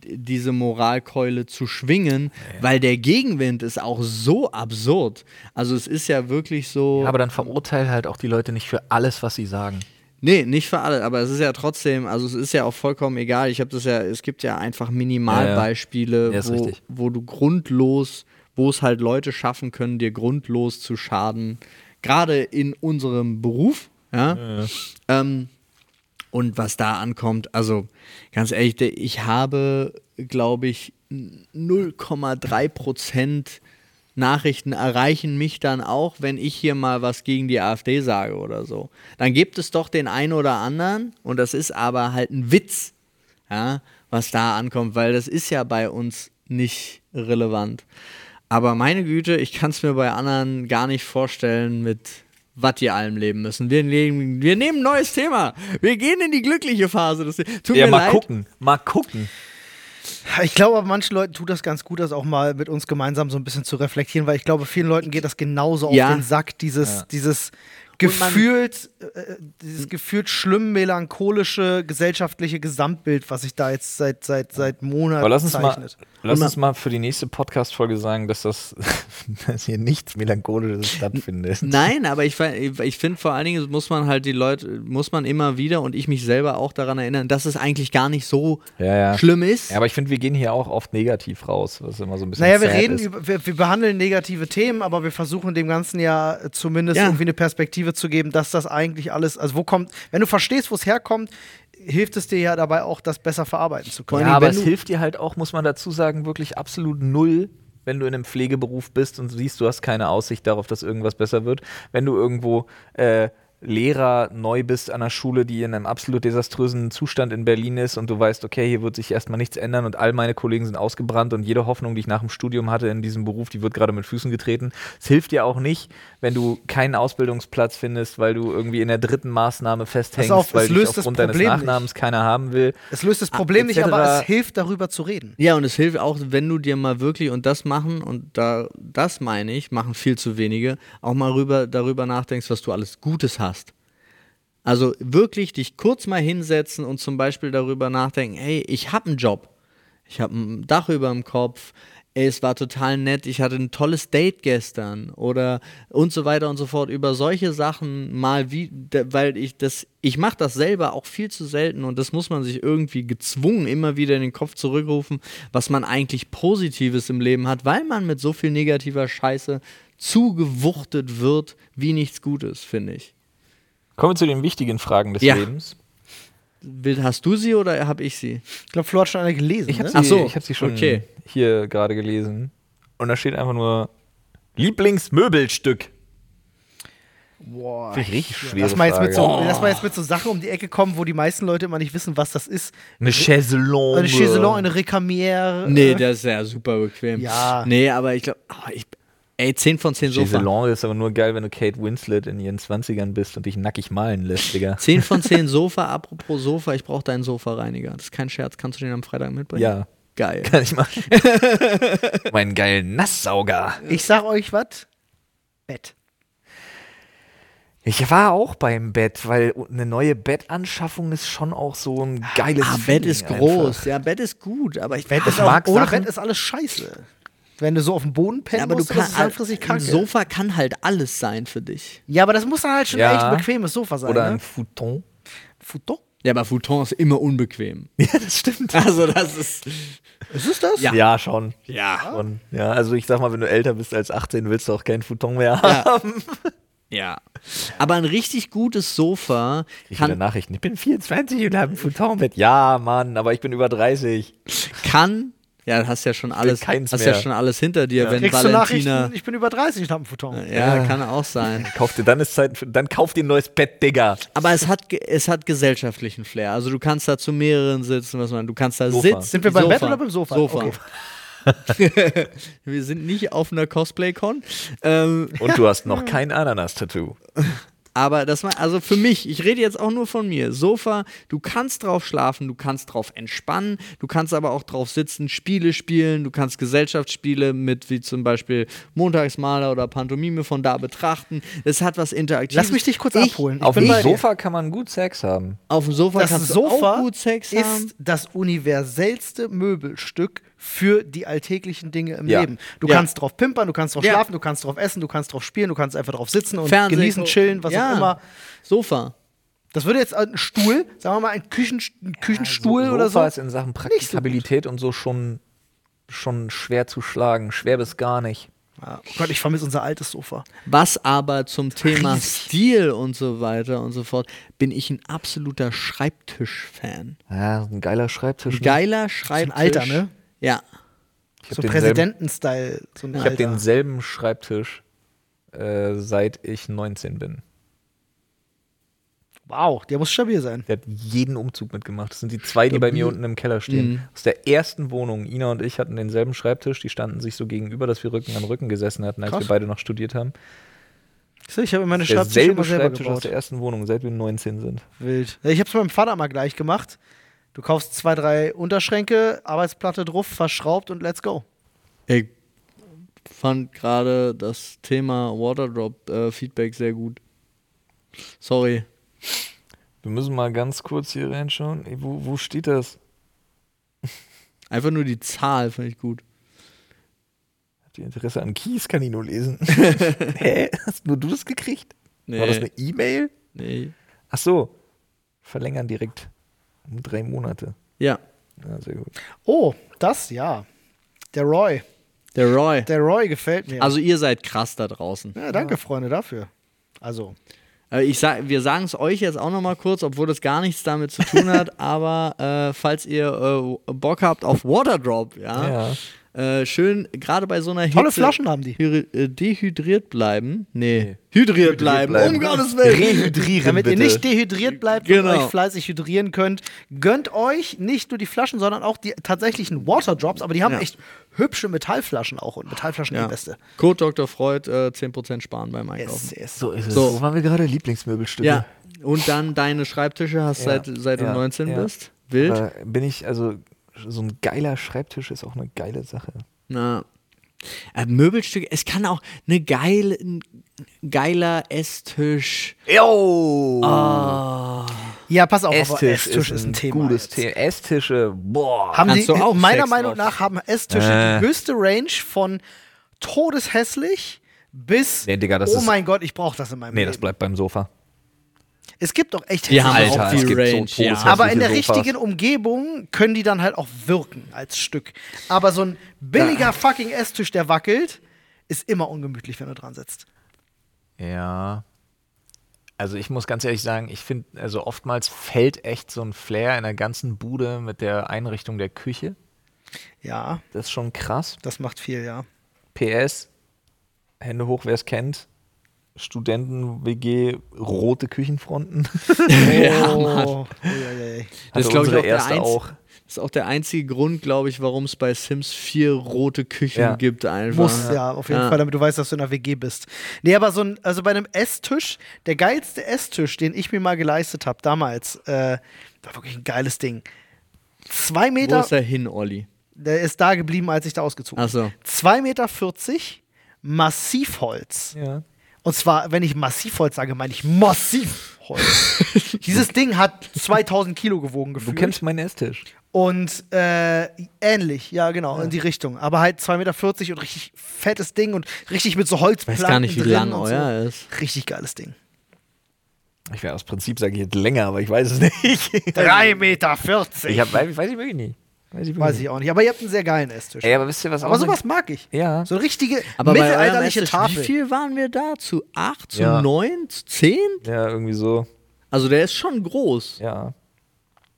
d- diese Moralkeule zu schwingen, weil der Gegenwind ist auch so absurd. Also es ist ja wirklich so.
Aber dann verurteil halt auch die Leute nicht für alles, was sie sagen.
Nee, nicht für alle, aber es ist ja trotzdem, also es ist ja auch vollkommen egal. Ich habe das ja, es gibt ja einfach Minimalbeispiele,
Ja, ja. Ja, ist
wo,
richtig.
wo du grundlos, wo es halt Leute schaffen können, dir grundlos zu schaden. Gerade in unserem Beruf, ja. Ähm, und was da ankommt, also ganz ehrlich, der- ich habe, glaube ich, 0,3 Prozent Nachrichten erreichen mich dann auch, wenn ich hier mal was gegen die AfD sage oder so. Dann gibt es doch den einen oder anderen, und das ist aber halt ein Witz, ja, was da ankommt, weil das ist ja bei uns nicht relevant. Aber meine Güte, ich kann es mir bei anderen gar nicht vorstellen, mit was die allem leben müssen. Wir, leben, wir nehmen ein neues Thema. Wir gehen in die glückliche Phase. Das, tut
Ja,
mir
mal
leid.
gucken, mal gucken.
Ich glaube, aber manchen Leuten tut das ganz gut, das auch mal mit uns gemeinsam so ein bisschen zu reflektieren, weil ich glaube, vielen Leuten geht das genauso
Ja.
auf den Sack, dieses, dieses
Und man-
gefühlt, äh, dieses gefühlt schlimm melancholische gesellschaftliche Gesamtbild, was sich da jetzt seit seit seit Monaten
Aber lass uns mal,
zeichnet.
lass
Und
uns mal für die nächste Podcast-Folge sagen, dass das dass hier nichts Melancholisches stattfindet.
Nein, aber ich, fe- ich finde vor allen Dingen muss man halt die Leute, muss man immer wieder und ich mich selber auch daran erinnern, dass es eigentlich gar nicht so
Ja, ja.
schlimm ist.
Ja, aber ich finde, wir gehen hier auch oft negativ raus, was immer so ein bisschen
Naja, wir
sad
reden
ist.
über, wir, wir behandeln negative Themen, aber wir versuchen dem Ganzen ja äh, zumindest
Ja.
irgendwie eine Perspektive zu geben, dass das eigentlich alles, also wo kommt, wenn du verstehst, wo es herkommt, hilft es dir ja dabei auch, das besser verarbeiten zu können.
Ja, aber
wenn
es
du-
hilft dir halt auch, muss man dazu sagen, wirklich absolut null, wenn du in einem Pflegeberuf bist und siehst, du hast keine Aussicht darauf, dass irgendwas besser wird. Wenn du irgendwo äh, Lehrer neu bist an einer Schule, die in einem absolut desaströsen Zustand in Berlin ist und du weißt, okay, hier wird sich erstmal nichts ändern und all meine Kollegen sind ausgebrannt und jede Hoffnung, die ich nach dem Studium hatte in diesem Beruf, die wird gerade mit Füßen getreten. Es hilft dir auch nicht, wenn du keinen Ausbildungsplatz findest, weil du irgendwie in der dritten Maßnahme festhängst,
auf, es
weil dich
löst das
aufgrund deines
Problem nicht.
Nachnamens keiner haben will.
Es löst das Problem nicht,
etc.
aber es hilft darüber zu reden.
Ja, und es hilft auch, wenn du dir mal wirklich, und das machen, und da, das meine ich, machen viel zu wenige, auch mal rüber, darüber nachdenkst, was du alles Gutes hast. Also wirklich dich kurz mal hinsetzen und zum Beispiel darüber nachdenken, hey, ich habe einen Job. Ich habe ein Dach über dem Kopf. Ey, es war total nett. Ich hatte ein tolles Date gestern oder und so weiter und so fort. Über solche Sachen mal wie, da- weil ich das, ich mache das selber auch viel zu selten und das muss man sich irgendwie gezwungen immer wieder in den Kopf zurückrufen, was man eigentlich Positives im Leben hat, weil man mit so viel negativer Scheiße zugewuchtet wird wie nichts Gutes, finde ich.
Kommen wir zu den wichtigen Fragen des
Ja.
Lebens.
Will- Hast du sie oder habe ich sie?
Ich glaube, Flo hat schon eine gelesen.
Ich habe
ne?
sie,
Ach so,
ich hab sie schon
okay.
hier gerade gelesen. Und da steht einfach nur Lieblingsmöbelstück.
Boah.
Finde ich richtig schwer.
Lass mal, jetzt mit so, lass mal jetzt mit so Sachen um die Ecke kommen, wo die meisten Leute immer nicht wissen, was das ist.
eine Chaiselongue.
Eine Chaiselon, eine Recamière.
Nee,
äh,
das ist ja super bequem.
Ja.
Nee, aber ich glaube, ich, ey, 10 von 10 Sofa.
Chaiselongue ist aber nur geil, wenn du Kate Winslet in ihren 20ern bist und dich nackig malen lässt, Digga.
10 von 10 Sofa, apropos Sofa, ich brauche deinen Sofareiniger. Das ist kein Scherz, kannst du den am Freitag mitbringen?
Ja.
Geil.
Kann ich machen. meinen geilen Nasssauger.
ich sag euch was. Bett.
Ich war auch beim Bett, weil eine neue Bettanschaffung ist schon auch so ein geiles
Ah, Bett
Feeling
ist
einfach.
groß. Ja, Bett ist gut, aber ich
Bett
ah,
ist auch,
mag
ohne
Sachen-
Bett ist alles scheiße. Wenn du so auf dem Boden pennen
ja, aber du
musst, das
kannst
ist langfristig
ein
kacke.
Sofa kann halt alles sein für dich.
ja, aber das muss dann halt schon
Ja.
echt ein bequemes Sofa sein.
Oder
ne?
ein Futon.
Futon?
Ja, aber Futon ist immer unbequem.
Ja, das stimmt.
Also das ist
Ist es das?
Ja.
Ja, schon.
ja,
Und, ja, also ich sag mal, wenn du älter bist als 18, willst du auch keinen Futon mehr haben.
ja. Aber ein richtig gutes Sofa
Ich
kann
will Nachrichten. Ich bin 24 und habe ein Futonbett. Ja, Mann, aber ich bin über 30.
kann. Ja, hast ja schon alles,
keins
hast
mehr.
ja schon alles hinter dir, wenn
Kriegst du
Valentina.
Nachrichten? Ich bin über 30 und hab einen Futon.
Ja, kann auch sein.
Kauf dir, dann ist Zeit, für- dann kauf dir ein neues Bett, Digga.
Aber es hat, ge- es hat gesellschaftlichen Flair. Also du kannst da zu mehreren sitzen, was man, du kannst da
Sofa.
sitzen.
Sind wir beim Bett oder beim Sofa?
Sofa.
Okay.
wir sind nicht auf einer Cosplay-Con. Ähm,
Und du hast noch kein Ananas-Tattoo.
aber das war, also für mich, ich rede jetzt auch nur von mir. Sofa, du kannst drauf schlafen, du kannst drauf entspannen, du kannst aber auch drauf sitzen, Spiele spielen, du kannst Gesellschaftsspiele mit, wie zum Beispiel Montagsmaler oder Pantomime von da betrachten. Es hat was Interaktives.
Lass mich dich kurz
Ich-
abholen. Ich
Auf
bin
dem
bei dir.
Sofa kann man gut Sex haben.
Auf dem Sofa
Das
kannst du
Sofa
auch gut Sex
ist
haben.
das universellste Möbelstück für die alltäglichen Dinge im
Ja.
Leben. Du
Ja.
kannst drauf pimpern, du kannst drauf
Ja.
schlafen, du kannst drauf essen, du kannst drauf spielen, du kannst einfach drauf sitzen und
Fernsehen
genießen,
gucken.
chillen, was
Ja.
auch immer.
Sofa.
Das würde jetzt äh, ein Stuhl, sagen wir mal ein, Küchen, ein Küchenstuhl
So-
oder so.
Sofa ist in Sachen Praktikabilität und so schon, schon schwer zu schlagen. Schwer bis gar nicht.
Ja, oh Gott, ich vermisse unser altes Sofa.
Was aber zum Thema Stil und so weiter und so fort, bin ich ein absoluter Schreibtisch-Fan.
Ja, so ein geiler
Mhm.
Schreibtisch. ne?
Geiler Schreibtisch.
alter, ne?
Ja.
Ich hab
So
denselben-
Präsidenten-Style. So ein
Ich habe
alter.
denselben Schreibtisch, äh, seit ich 19 bin.
Wow, der muss stabil sein.
Der hat jeden Umzug mitgemacht. Das sind die zwei, die bei mir unten im Keller stehen.
Mhm.
Aus der ersten Wohnung. Ina und ich hatten denselben Schreibtisch. Die standen sich so gegenüber, dass wir Rücken an Rücken gesessen hatten, als
Krass.
wir beide noch studiert haben.
So, Ich habe meine Schreibtische
Derselbe
immer selber
Schreibtisch aus
gebaut.
der ersten Wohnung, seit wir 19 sind.
Wild. Ich habe es meinem Vater mal gleich gemacht. Du kaufst zwei, drei Unterschränke, Arbeitsplatte drauf, verschraubt und let's go.
Ich fand gerade das Thema Waterdrop-Feedback sehr gut. Sorry.
Wir müssen mal ganz kurz hier reinschauen. Ey, Wo, wo steht das?
Einfach nur die Zahl fand ich gut.
Habt ihr Interesse an Kies? Kann ich nur lesen. Hä? Hast nur du das gekriegt?
Nee.
War das eine E-Mail?
Nee.
Ach so. Verlängern direkt um drei Monate.
Ja,
Ja, sehr gut.
Oh, das ja. Der Roy.
der Roy.
Der Roy gefällt mir.
Also ihr seid krass da draußen.
ja, danke, Freunde, dafür. Also,
Äh, Ich sag, wir sagen es euch jetzt auch nochmal kurz, obwohl das gar nichts damit zu tun hat, aber äh, falls ihr äh, Bock habt auf Waterdrop, ja, Äh, schön, gerade bei so einer Hitze
tolle Flaschen haben die.
hyri- äh, dehydriert bleiben. Nee, hydriert, bleiben. Um Gottes Willen.
Rehydrieren
Damit
bitte.
ihr nicht dehydriert bleibt und
Genau.
euch fleißig hydrieren könnt, gönnt euch nicht nur die Flaschen, sondern auch die tatsächlichen Waterdrops, aber die haben
Ja.
echt hübsche Metallflaschen auch und Metallflaschen die beste.
Code Dr. Freud, äh, 10% sparen beim Einkaufen.
Yes, yes.
so ist es.
So.
Wo waren wir gerade? Lieblingsmöbelstücke.
Ja, und dann deine Schreibtische hast seit, seit
ja,
du 19
ja.
bist. Wild.
Da bin ich, also so ein geiler Schreibtisch ist auch eine geile Sache.
Na. Äh, Möbelstücke, es kann auch eine geile, ein geiler Esstisch.
Yo!
Ah,
Ja, pass auf, aber
Esstisch,
Esstisch ist ein Thema.
gutes
jetzt.
Thema. Esstische, boah.
Haben die,
Kannst du auch
meiner
Sex
Meinung
drauf.
nach haben Esstische
Äh.
die höchste Range von todeshässlich bis
Nee, Digga, das
oh
ist-
mein Gott, ich brauche das in meinem
Nee, das
Leben.
bleibt beim Sofa.
es gibt doch echt
Die haben
hässliche
auch
Alter,
viel
es gibt
Range,
so
ja.
todeshässliche
Aber in der
Sofas.
richtigen Umgebung können die dann halt auch wirken als Stück. Aber so ein billiger fucking Esstisch, der wackelt, ist immer ungemütlich, wenn du dran sitzt.
Ja. Also ich muss ganz ehrlich sagen, ich finde, also oftmals fällt echt so ein Flair in der ganzen Bude mit der Einrichtung der Küche.
Ja,
Das ist schon krass.
das macht viel, ja.
PS, Hände hoch, wer es kennt. Studenten-WG, rote Küchenfronten.
oh, uiuiui.
Hatte
ist, glaub ich,
Also unsere
auch der
erste
einz-
auch.
Das ist auch der einzige Grund, glaube ich, warum es bei Sims 4 rote Küchen
Ja.
gibt einfach.
Muss, ja, auf jeden
Ja.
Fall, damit du weißt, dass du in der WG bist. Nee, aber so ein, also bei einem Esstisch, der geilste Esstisch, den ich mir mal geleistet habe damals, äh, war wirklich ein geiles Ding. Zwei
Wo
Meter,
ist er hin, Olli? Also,
der ist da geblieben, als ich da ausgezogen
Ach
bin.
so.
2,40 Meter, Massivholz.
Ja.
Und zwar, wenn ich Massivholz sage, meine ich Massivholz. Dieses Ding hat 2000 Kilo gewogen
Du
gefühlt.
kennst meinen Esstisch.
Und äh, ähnlich, ja, genau, in die Richtung. Aber halt 2,40 Meter und richtig fettes Ding und richtig mit so Holzplatten.
Weiß gar nicht, wie
drin
lang
und
euer ist.
Richtig geiles Ding.
Ich wäre aus Prinzip, sage ich jetzt länger, aber ich weiß es nicht.
3,40 Meter.
Ich hab, weiß, weiß ich wirklich nicht. Weiß ich wirklich
Weiß
nicht.
ich auch nicht. Aber ihr habt einen sehr geilen Esstisch.
Ey, aber wisst ihr was?
aber
auch
sowas mag ich.
Ja.
So eine richtige
Aber bei eurem
mittelalterliche
Esstisch,
Tafel.
wie viel waren wir da? Zu 8, zu
Ja.
9, zu 10?
Ja, irgendwie so.
Also der ist schon groß.
Ja.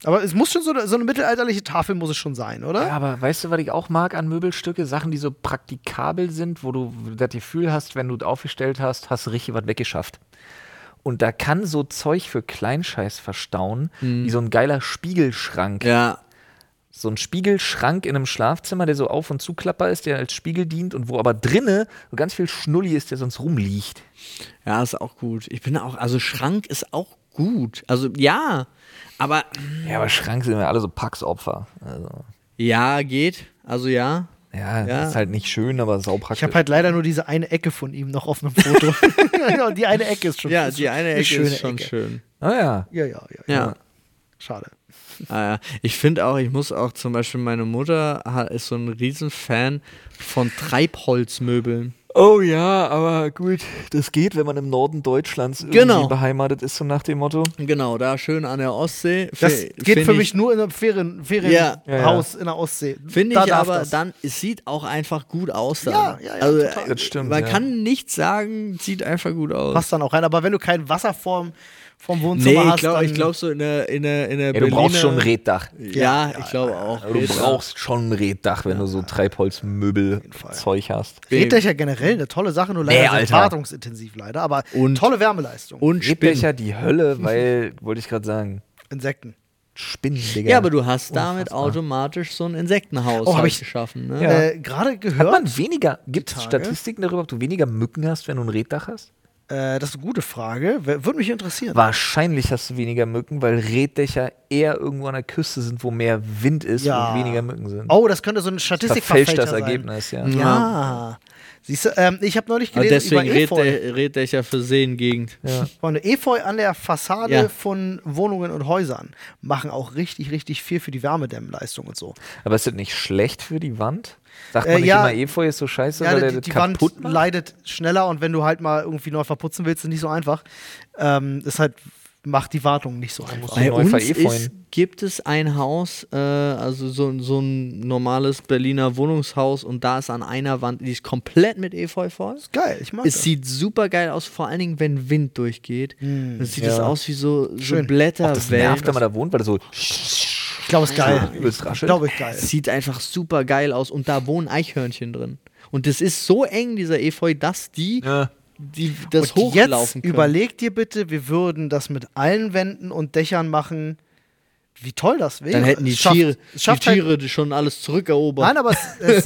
Aber es muss schon so eine, so eine mittelalterliche Tafel muss es schon sein, oder?
Ja, aber weißt du, was ich auch mag an Möbelstücke? Sachen, die so praktikabel sind, wo du das Gefühl hast, wenn du aufgestellt hast, hast du richtig was weggeschafft. Und da kann so Zeug für Kleinscheiß verstauen, wie so ein geiler Spiegelschrank.
Ja.
So ein Spiegelschrank in einem Schlafzimmer, der so auf und zuklapper ist, der als Spiegel dient und wo aber drinne so ganz viel Schnulli ist, der sonst rumliegt.
Ja, ist auch gut. Ich bin auch, also Schrank ist auch gut. Also ja, aber
Ja, aber Schrank sind ja alle so Packsopfer. Also,
ja, geht. Also ja.
ja,
Ja.
ist halt nicht schön, aber
Ich
saupraktisch.
habe halt leider nur diese eine Ecke von ihm noch auf einem Foto. Ja, die eine Ecke ist schon
Ja,
ist
die
schon
eine Ecke
schöne
ist schon schön.
Ah ja.
Ja, ja, ja, ja.
Ja.
Schade.
Ah, ja. Ich finde auch, ich muss auch zum Beispiel, meine Mutter ha- ist so ein Riesenfan von Treibholzmöbeln.
Oh ja, aber gut, das geht, wenn man im Norden Deutschlands irgendwie
Genau.
beheimatet ist, so nach dem Motto.
Genau, da schön an der Ostsee.
Das
Fe-
geht
find
für
ich-
mich nur in einem Ferienhaus Ferien
Ja.
Ja, ja.
Haus in der Ostsee.
Finde
Da
ich
darf
aber
das.
dann, es sieht auch einfach gut aus. Dann.
Ja, ja, ja,
also,
total.
äh,
Das stimmt,
Man
ja.
kann nichts sagen, sieht einfach gut aus.
passt dann auch rein. Aber wenn du keinen Wasserform vom
Nee,
Wohnzimmer
ich
hast.
glaube
dann-
glaub so in der, in der, in der
Ja, du brauchst
Berliner-
schon ein Reddach.
Ja, ich glaube auch.
Du brauchst schon ein Reddach, wenn du so Treibholzmöbel-Zeug hast.
Reddächer generell eine tolle Sache, nur leider
Nee,
sehr
Alter.
wartungsintensiv leider, aber
Und-
tolle Wärmeleistung.
Und Spinnen.
Reddächer die Hölle, weil, wollte ich gerade sagen,
Insekten.
Spinnen, Digga.
Ja, aber du hast damit automatisch so ein Insektenhaus
Oh, hab
halt
ich-
geschaffen. Ne?
Ja.
Äh, Gerade
Hat
gehört,
man weniger, gibt es
Tage?
Statistiken darüber, ob du weniger Mücken hast, wenn du ein Reddach hast?
äh, das ist eine gute Frage, W- würde mich interessieren.
Wahrscheinlich hast du weniger Mücken, weil Reddächer eher irgendwo an der Küste sind, wo mehr Wind ist
Ja.
und weniger Mücken sind.
Oh, das könnte so ein Statistik
Verfälscht das Ergebnis, ja.
Sein. Ja. Siehst du, ähm, ich habe neulich
Aber
gelesen über
deswegen red,
Efeu.
der, red der ich ja für Seengegend.
Ja.
Freunde, Efeu an der Fassade
Ja.
von Wohnungen und Häusern machen auch richtig, richtig viel für die Wärmedämmleistung und so.
Aber ist das nicht schlecht für die Wand? Sagt
Äh,
man nicht
ja.
immer, Efeu ist so scheiße,
Ja,
weil der
die,
das
die Wand
kaputt macht?
leidet schneller und wenn du halt mal irgendwie neu verputzen willst, ist nicht so einfach. Ähm, das halt macht die Wartung nicht so einfach.
Bei
Bei
uns
uns
ist-
ist, gibt es ein Haus, äh, also so, ein- so ein normales Berliner Wohnungshaus und da ist an einer Wand, die ist komplett mit Efeu voll.
Geil, ich mag
Es
das.
sieht super geil aus, vor allen Dingen, wenn Wind durchgeht. Dann sieht es
ja.
aus wie so, so
Hm, Schön.
Das nervt, wenn
Blätterwellen.
man da wohnt, weil das so
Ich glaube, es ist geil.
übelst
Ich
raschelt.
glaube, es ist geil.
Es sieht einfach super geil aus und da wohnen Eichhörnchen drin. Und das ist so eng, dieser Efeu, dass die,
Ja.
die das
und jetzt
hochlaufen können.
überleg dir bitte, wir würden das mit allen Wänden und Dächern machen. Wie toll das wäre.
Dann hätten die
Es schafft-
Tiere,
es schafft
die Tiere schon alles zurückerobert.
Halt, nein, aber es,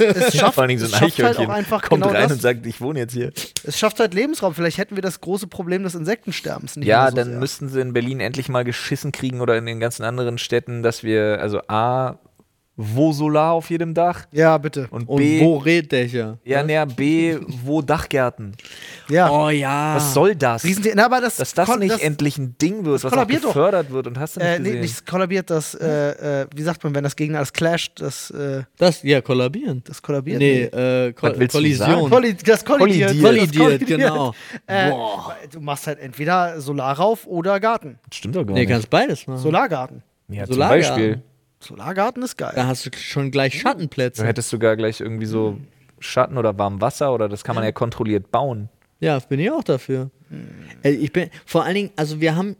es, es schafft,
Vor allen Dingen so
es
ein
schafft halt auch
Eichhörnchen
einfach
kommt
genau
rein
das.
und sagt, ich wohne jetzt hier.
Es schafft halt Lebensraum. Vielleicht hätten wir das große Problem des Insektensterbens nicht
Ja,
mehr so
dann
sehr.
müssten sie in Berlin endlich mal geschissen kriegen oder in den ganzen anderen Städten, dass wir, also A, wo Solar auf jedem Dach
Ja, bitte.
und,
und
B,
wo Reddächer?
ja, näher B, wo Dachgärten.
Ja.
Oh ja.
Was soll das?
Ah. Riesen na, aber das,
dass das
kon-
nicht endlich ein Ding wird, was auch
kollabiert doch.
gefördert wird und hast du nicht
äh,
gesehen.
nee, nicht kollabiert, das, äh, äh, wie sagt man, wenn das Gegner alles clasht, das, äh,
Das, ja, kollabieren.
das kollabiert.
Nee, äh, Ko
Was willst du
Kollision.
sagen?
Kolli das kollidiert.
Kollidiert.
Das
Kollidiert, genau.
Äh, du machst halt entweder Solar rauf oder Garten.
Stimmt doch gar
Nee,
nicht.
kannst beides machen.
Solargarten.
Ja, zum
Solargarten.
Beispiel.
Solargarten ist geil.
Da hast du schon gleich
Du
Schattenplätze.
hättest sogar gleich irgendwie so
Hm.
Schatten oder warm Wasser oder das kann man ja kontrolliert bauen.
Ja, bin ich auch dafür. Äh, Ich bin vor allen Dingen, also wir haben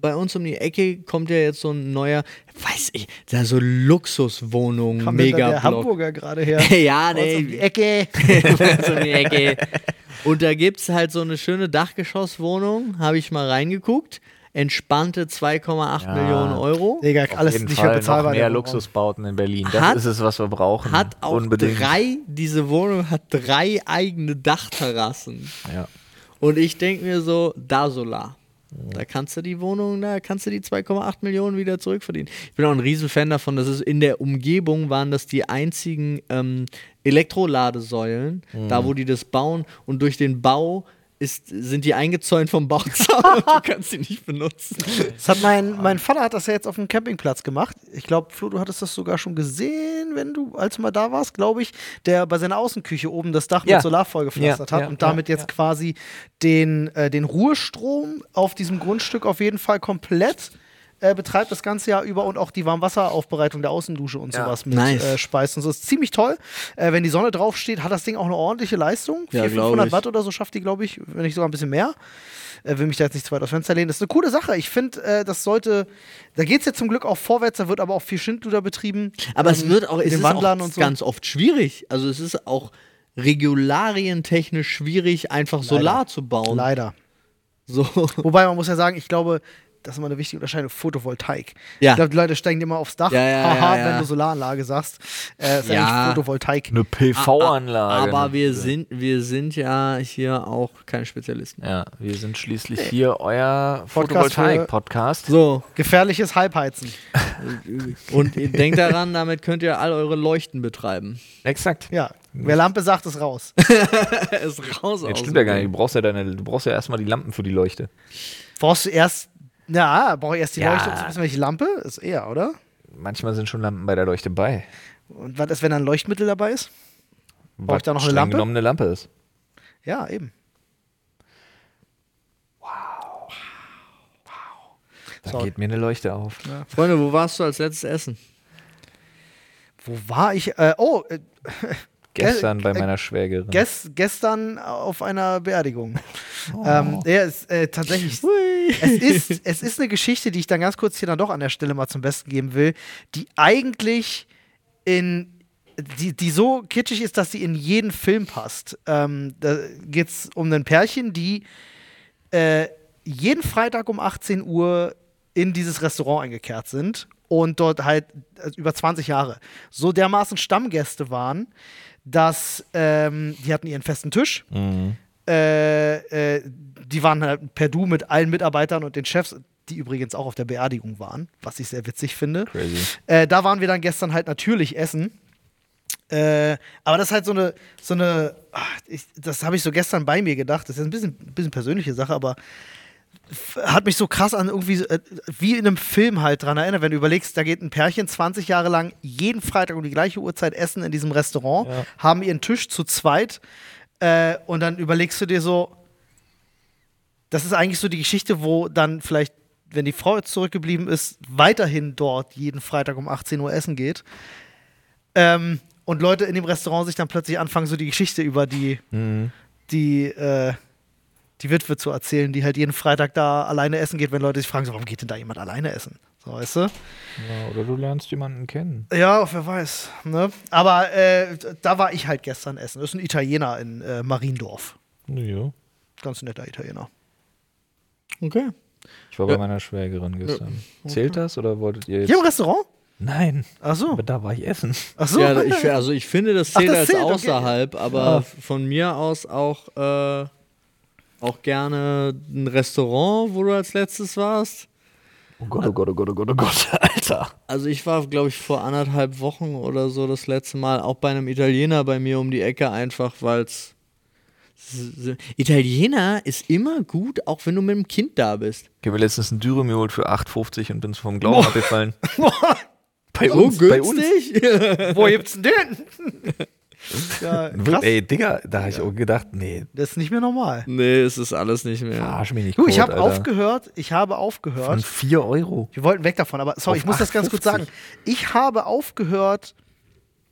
bei uns um die Ecke kommt ja jetzt so ein neuer, weiß ich, da so Luxuswohnungen,
Kam denn da
mega
der Hamburger gerade her.
Ja,
Bei uns
nee,
um die Ecke.
Bei uns um die Ecke. Und da gibt es halt so eine schöne Dachgeschosswohnung, habe ich mal reingeguckt. Entspannte 2,8
Ja.
Millionen Euro.
Digga, alles
jeden
nicht
Fall
mehr bezahlbar.
noch mehr
der Wohnraum.
Luxusbauten in Berlin. Das
Hat-
ist es, was wir brauchen.
Hat auch
Unbedingt.
drei, diese Wohnung hat drei eigene Dachterrassen.
Ja.
Und ich denke mir so, da Solar. Da kannst du die Wohnung, da kannst du die 2,8 Millionen wieder zurückverdienen. Ich bin auch ein Riesenfan davon, dass es in der Umgebung waren das die einzigen ähm, Elektroladesäulen,
Mhm.
da wo die das bauen. Und durch den Bau ist, sind die eingezäunt vom Bauzaun und du kannst sie nicht benutzen.
Das hat mein, mein Vater hat das ja jetzt auf dem Campingplatz gemacht. Ich glaube, Flo, du hattest das sogar schon gesehen, wenn du, als du mal da warst, glaube ich, der bei seiner Außenküche oben das Dach
Ja.
mit Solar vollgepflastert
Ja,
hat
ja,
und damit
ja,
jetzt quasi den, äh, den Ruhestrom auf diesem Grundstück auf jeden Fall komplett äh, betreibt das ganze Jahr über und auch die Warmwasseraufbereitung der Außendusche und sowas mit
Nice.
äh, speist und so. Ist ziemlich toll. Äh, wenn die Sonne draufsteht, hat das Ding auch eine ordentliche Leistung.
Ja,
400,
glaub
500
ich.
Watt oder so schafft die, glaube ich, wenn nicht sogar ein bisschen mehr äh, will mich da jetzt nicht zu weit aus dem Fenster lehnen. Das ist eine coole Sache. Ich finde, äh, das sollte, da geht es ja zum Glück auch vorwärts, da wird aber auch viel Schindluder betrieben.
Aber
Ähm,
es wird auch,
in
es
den
ist
Wandlern
auch
und so.
ganz oft schwierig. Also es ist auch regularientechnisch schwierig, einfach Solar zu bauen.
Leider.
So.
Wobei man muss ja sagen, ich glaube, das ist immer eine wichtige Unterscheidung, Photovoltaik.
Ja.
Ich glaube, die Leute steigen immer aufs Dach,
Ja, ja,
haha,
ja, ja.
wenn du Solaranlage sagst. Äh, ist ja.
Ja.
nicht Photovoltaik.
Eine PV-Anlage.
Aber wir sind, wir sind ja hier auch keine Spezialisten.
Ja, wir sind schließlich hier euer
Podcast für-
Photovoltaik-Podcast.
So,
Gefährliches Halbheizen.
und ihr denkt daran, damit könnt ihr all eure Leuchten betreiben.
Exakt.
Ja. Wer Lampe sagt, ist raus.
Es raus
Jetzt
aus
stimmt
dem
ja gar nicht.
Ding.
Du brauchst ja, deine, du brauchst ja erstmal die Lampen für die Leuchte.
Brauchst du erst, na, brauche ich erst die
Ja.
Leuchte, um zu wissen, welche Lampe? Ist eher, oder?
Manchmal sind schon Lampen bei der Leuchte bei.
Und was ist, wenn da ein Leuchtmittel dabei ist?
Brauche
ich da noch eine Lampe?
genommen eine Lampe ist.
Ja, eben.
Da
So.
geht mir eine Leuchte auf.
Freunde, wo warst du als letztes Essen?
Wo war ich? Äh, oh, äh,
Gestern bei
äh,
meiner Schwägerin.
Ges gestern auf einer Beerdigung. Ähm, ja, ist äh, tatsächlich es, ist, es ist eine Geschichte, die ich dann ganz kurz hier dann doch an der Stelle mal zum Besten geben will, die eigentlich in die, die so kitschig ist, dass sie in jeden Film passt. Ähm, da geht es um ein Pärchen, die äh, jeden Freitag um 18 Uhr in dieses Restaurant eingekehrt sind und dort halt äh, über 20 Jahre so dermaßen Stammgäste waren, dass ähm, die hatten ihren festen Tisch. Äh, äh, die waren halt per Du mit allen Mitarbeitern und den Chefs, die übrigens auch auf der Beerdigung waren, was ich sehr witzig finde.
Crazy.
Äh, da waren wir dann gestern halt natürlich essen. Äh, aber das ist halt so eine, so eine, ah, ich, das habe ich so gestern bei mir gedacht. Das ist ein bisschen, ein bisschen persönliche Sache, aber f- hat mich so krass an irgendwie, so, äh, wie in einem Film halt dran erinnert, wenn du überlegst, da geht ein Pärchen 20 Jahre lang jeden Freitag um die gleiche Uhrzeit essen in diesem Restaurant, haben ihren Tisch zu zweit äh, und dann überlegst du dir so, das ist eigentlich so die Geschichte, wo dann vielleicht, wenn die Frau jetzt zurückgeblieben ist, weiterhin dort jeden Freitag um 18 Uhr essen geht. Ähm, und Leute in dem Restaurant sich dann plötzlich anfangen, so die Geschichte über die, die, äh, die Witwe zu erzählen, die halt jeden Freitag da alleine essen geht, wenn Leute sich fragen, so, warum geht denn da jemand alleine essen? So, weißt du?
Ja, oder du lernst jemanden kennen.
Ja, wer weiß. Ne? Aber äh, da war ich halt gestern essen. Das ist ein Italiener in äh, Mariendorf.
Ja.
Ganz netter Italiener.
Okay.
Ich war bei meiner Schwägerin gestern. Zählt das oder wolltet ihr jetzt?
Hier im Restaurant?
Nein.
Ach so.
Aber da war ich essen.
Ach so.
Ja, ich, also ich finde, das
Ach,
zählt
das
als
zählt, okay. Ah.
außerhalb, aber von mir aus auch, äh, auch gerne ein Restaurant, wo du als letztes warst.
Oh Gott, oh Gott, oh Gott, oh Gott, oh Gott, Alter.
Also ich war, glaube ich, vor anderthalb Wochen oder so das letzte Mal auch bei einem Italiener bei mir um die Ecke, einfach weil es... Italiener ist immer gut, auch wenn du mit einem Kind da bist.
Ich habe mir letztens einen Dürüm geholt für 8,50 und bin vom Glauben abgefallen. bei
So
uns, bei uns.
günstig?
Wo gibt's denn den? ja, krass.
Ey, Digga, da habe ich auch gedacht, nee,
Das ist nicht mehr normal.
nee, es ist alles nicht mehr.
verarsch mich nicht.
Du, ich
Kurt,
habe
Alter.
aufgehört, ich habe aufgehört.
Von 4 Euro.
Wir wollten weg davon, aber sorry,
Auf
ich muss das ganz kurz sagen.
8,50.
Ich habe aufgehört,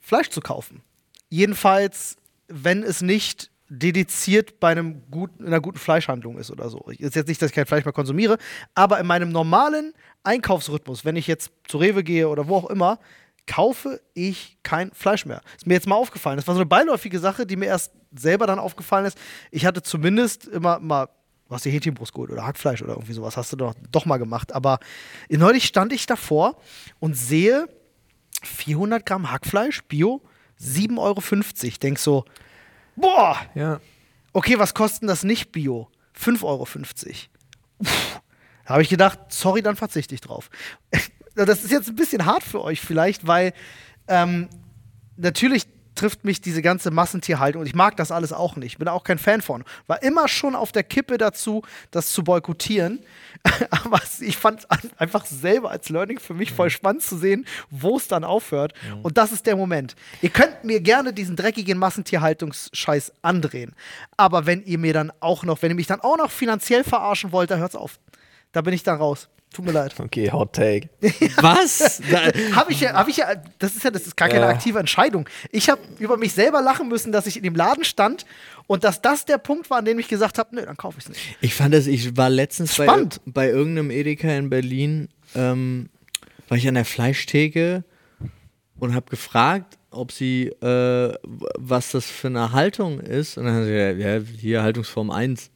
Fleisch zu kaufen. Jedenfalls, wenn es nicht dediziert bei einem guten, einer guten Fleischhandlung ist oder so. Ist jetzt nicht, dass ich kein Fleisch mehr konsumiere, aber in meinem normalen Einkaufsrhythmus, wenn ich jetzt zu Rewe gehe oder wo auch immer, kaufe ich kein Fleisch mehr. Ist mir jetzt mal aufgefallen. Das war so eine beiläufige Sache, die mir erst selber dann aufgefallen ist. Ich hatte zumindest immer mal, du hast dir Hähnchenbrust geholt oder Hackfleisch oder irgendwie sowas, hast du doch, doch mal gemacht. Aber neulich stand ich davor und sehe 400 Gramm Hackfleisch, Bio, 7,50 Euro. Denk so, boah,
Ja.
okay, was kosten das nicht Bio? 5,50 Euro. Pff, Da habe ich gedacht, sorry, dann verzichte ich drauf. Das ist jetzt ein bisschen hart für euch vielleicht, weil ähm, natürlich trifft mich diese ganze Massentierhaltung und ich mag das alles auch nicht. Bin da auch kein Fan von. War immer schon auf der Kippe dazu, das zu boykottieren. Aber ich fand einfach selber als Learning für mich voll spannend zu sehen, wo es dann aufhört. Und das ist der Moment. Ihr könnt mir gerne diesen dreckigen Massentierhaltungsscheiß andrehen. Aber wenn ihr mir dann auch noch, wenn ihr mich dann auch noch finanziell verarschen wollt, dann hört's auf. Da bin ich dann raus. Tut mir leid.
Okay, Hot Take.
Was? Da,
Habe ich ja, habe ich ja, das ist ja, das ist gar keine
Ja.
aktive Entscheidung. Ich habe über mich selber lachen müssen, dass ich in dem Laden stand und dass das der Punkt war, an dem ich gesagt habe, nö, dann kaufe ich es nicht.
Ich fand das, ich war letztens bei,
Spannend.
bei irgendeinem Edeka in Berlin, ähm, war ich an der Fleischtheke und habe gefragt, ob sie, äh, w- was das für eine Haltung ist. Und dann haben sie gesagt, ja, hier Haltungsform 1.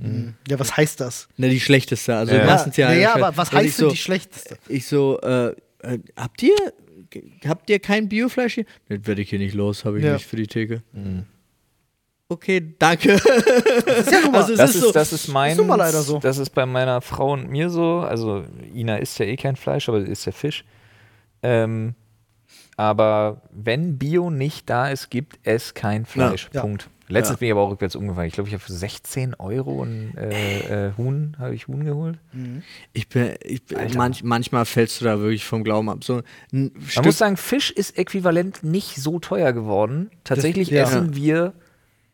Ja, was heißt das?
Ne, die schlechteste. Also
Ja.
ja.
Mhm. Ja,
Massentierhaltung.
naja, aber was
Und ich
heißt denn
so,
die schlechteste?
Ich so, äh, äh, habt ihr, habt ihr kein Biofleisch hier? Das werde ich hier nicht los, habe ich
Ja. Mhm.
nicht für die Theke. Okay, danke.
Das ist ja nun mal-
Also es
Das
ist
ist,
so.
das ist mein.
nun mal leider so.
Das ist bei meiner Frau und mir so. Also, Ina isst ja eh kein Fleisch, aber sie isst ja Fisch. Ähm, aber wenn Bio nicht da ist, gibt es kein Fleisch.
Ja.
Punkt. Letztens bin ich aber auch rückwärts umgefallen. Ich glaube, ich habe für 16 Euro ein äh, äh, Huhn, habe ich Huhn geholt.
Ich bin, ich bin manch, manchmal fällst du da wirklich vom Glauben ab. So ein
Man
Stück,
muss sagen, Fisch ist äquivalent nicht so teuer geworden. Tatsächlich
ja.
essen wir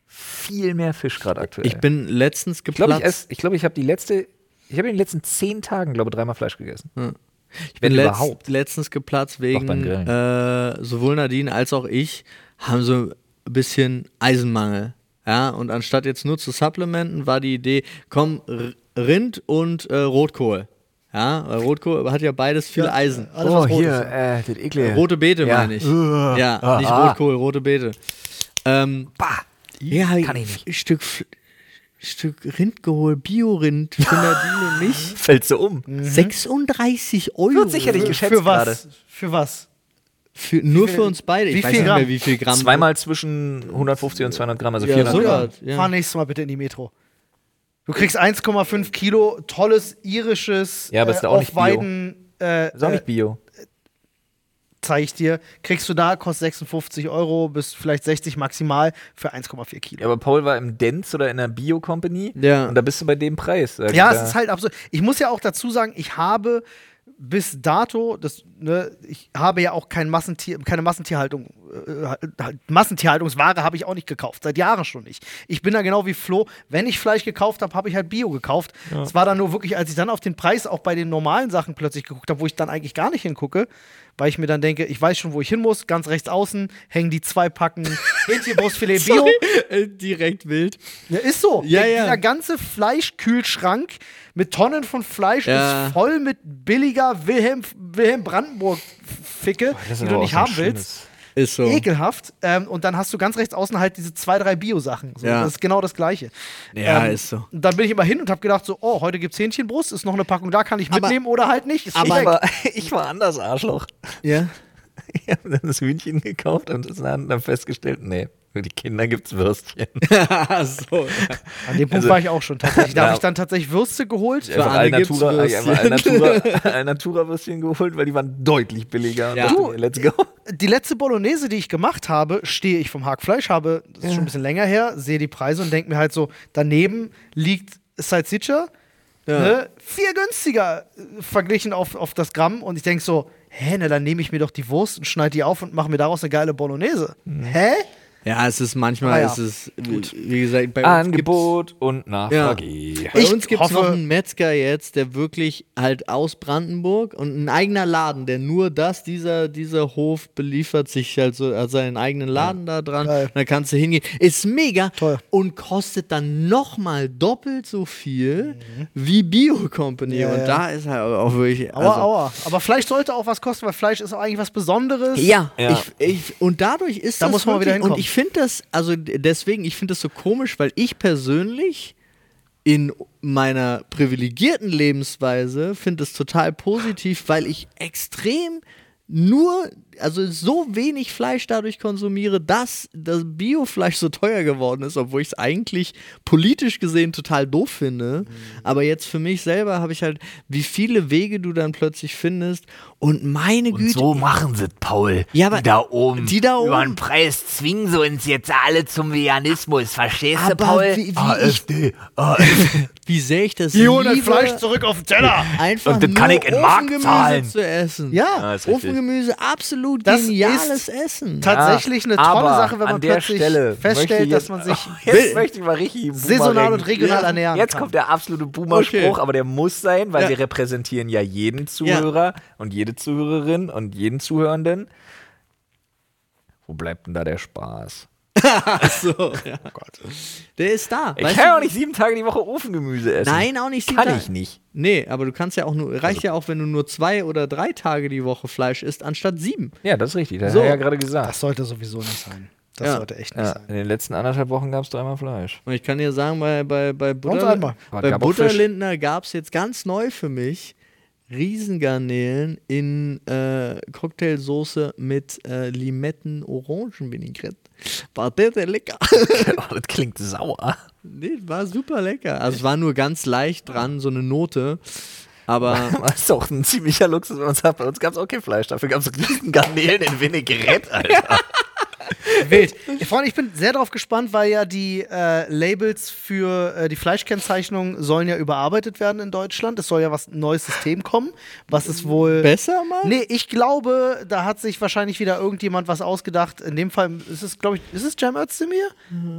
viel mehr Fisch gerade aktuell.
ich bin letztens
äh, Ich glaube, ich,
geplatzt.
ess- ich, glaub, ich habe die letzte, ich habe in den letzten zehn Tagen, glaube ich, dreimal Fleisch gegessen.
Ich bin
wenn
letzt,
überhaupt.
letztens geplatzt
beim
wegen
Grillen.
äh, sowohl Nadine als auch ich haben so ein bisschen Eisenmangel. Ja, und anstatt jetzt nur zu supplementen, war die Idee, komm, r- Rind und äh, Rotkohl. Ja, weil Rotkohl hat ja beides viel Eisen.
Alles, was rot ist.
äh, das eklig.
Rote Beete
Ja.
meine ich. ja, nicht Rotkohl, rote Beete. Ähm,
Bah.
ja,
kann ich
nicht. Stück, F- Stück Rind geholt, Bio-Rind von der Biene nicht.
Fällt so um.
Mhm. 36 Euro.
Wird sicherlich
Für-
geschätzt
Für was?
gerade.
Für was?
Für, nur für uns beide. Ich
wie
weiß
viel
nicht
Gramm?
mehr, wie viel Gramm.
Zweimal zwischen 150 und 200 Gramm, also
Ja,
400
so
Gramm.
was.
Fahr
Ja.
nächstes Mal bitte in die Metro. Du kriegst 1,5 Kilo tolles irisches
Ja, aber ist
äh,
da auch
auf
nicht Bio.
Weiden, äh,
Ist auch
äh,
nicht Bio.
zeige ich dir. Kriegst du da, kostet 56 Euro bis vielleicht 60 maximal für 1,4 Kilo.
Ja, aber Paul war im Dance oder in der Bio-Company.
Ja.
Und da bist du bei dem Preis. Also
Ja,
da-
es ist halt absurd. Ich muss ja auch dazu sagen, ich habe bis dato, das, ne, ich habe ja auch kein Massentier, keine Massentierhaltung, äh, halt- Massentierhaltungsware habe ich auch nicht gekauft, seit Jahren schon nicht. Ich bin da genau wie Flo, wenn ich Fleisch gekauft habe, habe ich halt Bio gekauft. Es war dann nur wirklich, als ich dann auf den Preis auch bei den normalen Sachen plötzlich geguckt habe, wo ich dann eigentlich gar nicht hingucke, weil ich mir dann denke, ich weiß schon, wo ich hin muss, ganz rechts außen hängen die zwei Packen Hähnchenbrustfilet Bio.
Äh, Direkt wild.
Ja, ist so.
Ja,
Der,
ja.
Dieser ganze Fleischkühlschrank mit Tonnen von Fleisch
Ja.
ist voll mit billiger Wilhelm, Wilhelm Brandenburg-Ficke,
Das ist
die
aber
du
auch
nicht
so ein
haben willst.
schlimmes-
Ist so.
Ekelhaft. Ähm, und dann hast du ganz rechts außen halt diese zwei, drei Bio-Sachen. So,
Ja.
Das ist genau das Gleiche.
Ja,
Ähm,
ist so.
Und dann bin ich immer hin und habe gedacht, so, oh, heute gibt's Hähnchenbrust, ist noch eine Packung da, kann ich
Aber-
mitnehmen oder halt nicht. Ist
aber-
Ich
weg.
war, ich war anders Arschloch.
Ja.
Ich habe dann das Hühnchen gekauft und das haben dann festgestellt, nee, für die Kinder gibt's Würstchen.
so. ja.
an dem Punkt
Also
war ich auch schon tatsächlich. Da
Ja.
habe ich dann tatsächlich Würste geholt.
Einfach
alle gibt's
Alnatura,
Würstchen.
einfach Alnatura, Alnatura Würstchen geholt, weil die waren deutlich billiger. Und
Ja.
dachte mir, let's go.
die letzte Bolognese, die ich gemacht habe, stehe ich vom Hackfleisch, habe, das ist schon ein bisschen länger her, sehe die Preise und denke mir halt so, daneben liegt Salsiccia, ne, viel günstiger äh, verglichen auf, auf das Gramm und ich denke so, hä, na dann nehme ich mir doch die Wurst und schneide die auf und mache mir daraus eine geile Bolognese.
Mhm.
Hä?
Ja, es ist manchmal,
Ah, ja.
es ist, wie gesagt, bei uns gibt's-
Angebot und Nachfrage.
Bei
Ich
uns gibt es
hoffe-
noch einen Metzger jetzt, der wirklich halt aus Brandenburg und ein eigener Laden, der nur das, dieser, dieser Hof beliefert sich halt so also seinen eigenen Laden da dran.
Geil.
Da kannst du hingehen. Ist mega
Toll.
und kostet dann nochmal doppelt so viel wie Bio Company.
Mhm. Ja,
und
ja.
da ist halt auch wirklich.
Aua, aua. Aber Fleisch sollte auch was kosten, weil Fleisch ist auch eigentlich was Besonderes.
Ja,
Ja.
Ich, ich, und dadurch ist
Da
das
muss man wieder
wirklich-
hinkommen.
Und ich finde das, also d- deswegen, ich finde das so komisch, weil ich persönlich in meiner privilegierten Lebensweise finde es total positiv, weil ich extrem nur, also so wenig Fleisch dadurch konsumiere, dass das Biofleisch so teuer geworden ist, obwohl ich es eigentlich politisch gesehen total doof finde.
Mhm.
Aber jetzt für mich selber habe ich halt, wie viele Wege du dann plötzlich findest und meine
Und
Güte.
so machen sie Paul.
Ja, aber
die da oben.
die da
Über
oben.
den Preis zwingen sie uns jetzt alle zum Veganismus. Verstehst
Aber
du, Paul? Ah,
wie- wie
AfD.
wie sehr ich das
Hier holt das
liebe,
halt Fleisch zurück auf den Teller.
einfach
Und das
nur
kann ich in Mark
Ofengemüse
zahlen.
zu essen.
Ah,
Ja,
ist richtig.
Ofengemüse, absolut
Das
geniales
ist
Essen.
tatsächlich eine
Ja,
tolle
aber
Sache, wenn man
an der
plötzlich
Stelle möchte
feststellt,
ich
dass
jetzt-
man sich
Jetzt möchte ich mal richtig Boomerang.
saisonal und regional
Ja.
ernähren
Jetzt
kann.
kommt der absolute Boomer-Spruch,
Okay.
aber der muss sein, weil
Ja.
wir repräsentieren ja jeden Zuhörer und jede Zuhörerin und jeden Zuhörenden. Wo bleibt denn da der Spaß?
so, ja. Der ist da.
Ich
weißt
kann ja
du?
auch nicht sieben Tage die Woche Ofengemüse essen.
Nein, auch nicht sieben
Kann
Tage.
ich nicht.
Nee, aber du kannst ja auch nur, reicht
Also-
ja auch, wenn du nur zwei oder drei Tage die Woche Fleisch isst, anstatt sieben.
Ja, das ist richtig. Das
So.
hat er ja gerade gesagt.
Das sollte sowieso nicht sein. Das
Ja.
sollte echt nicht
Ja,
sein.
in den letzten anderthalb Wochen gab es dreimal Fleisch.
Und ich kann dir sagen, bei, bei, bei, Butter,
einmal.
Aber
bei
gab auch Fisch.
Butterlindner gab es jetzt ganz neu für mich Riesengarnelen in äh, Cocktailsoße mit äh, Limetten-Orangen-Vinaigrette. War der, der lecker.
Oh, das klingt sauer.
nee, war super lecker. Also es war nur ganz leicht dran, so eine Note. Aber
Das ist doch ein ziemlicher Luxus, wenn man sagt, bei uns gab es auch kein Fleisch. Dafür gab es riesen Garnelen in Vinaigrette, Alter.
Wild. Ja, Freunde, ich bin sehr darauf gespannt, weil ja die äh, Labels für äh, die Fleischkennzeichnung sollen ja überarbeitet werden in Deutschland. Es soll ja was ein neues System kommen, was es wohl.
besser mal?
Nee, ich glaube, da hat sich wahrscheinlich wieder irgendjemand was ausgedacht. In dem Fall ist es, glaube ich, ist es Cem Özdemir?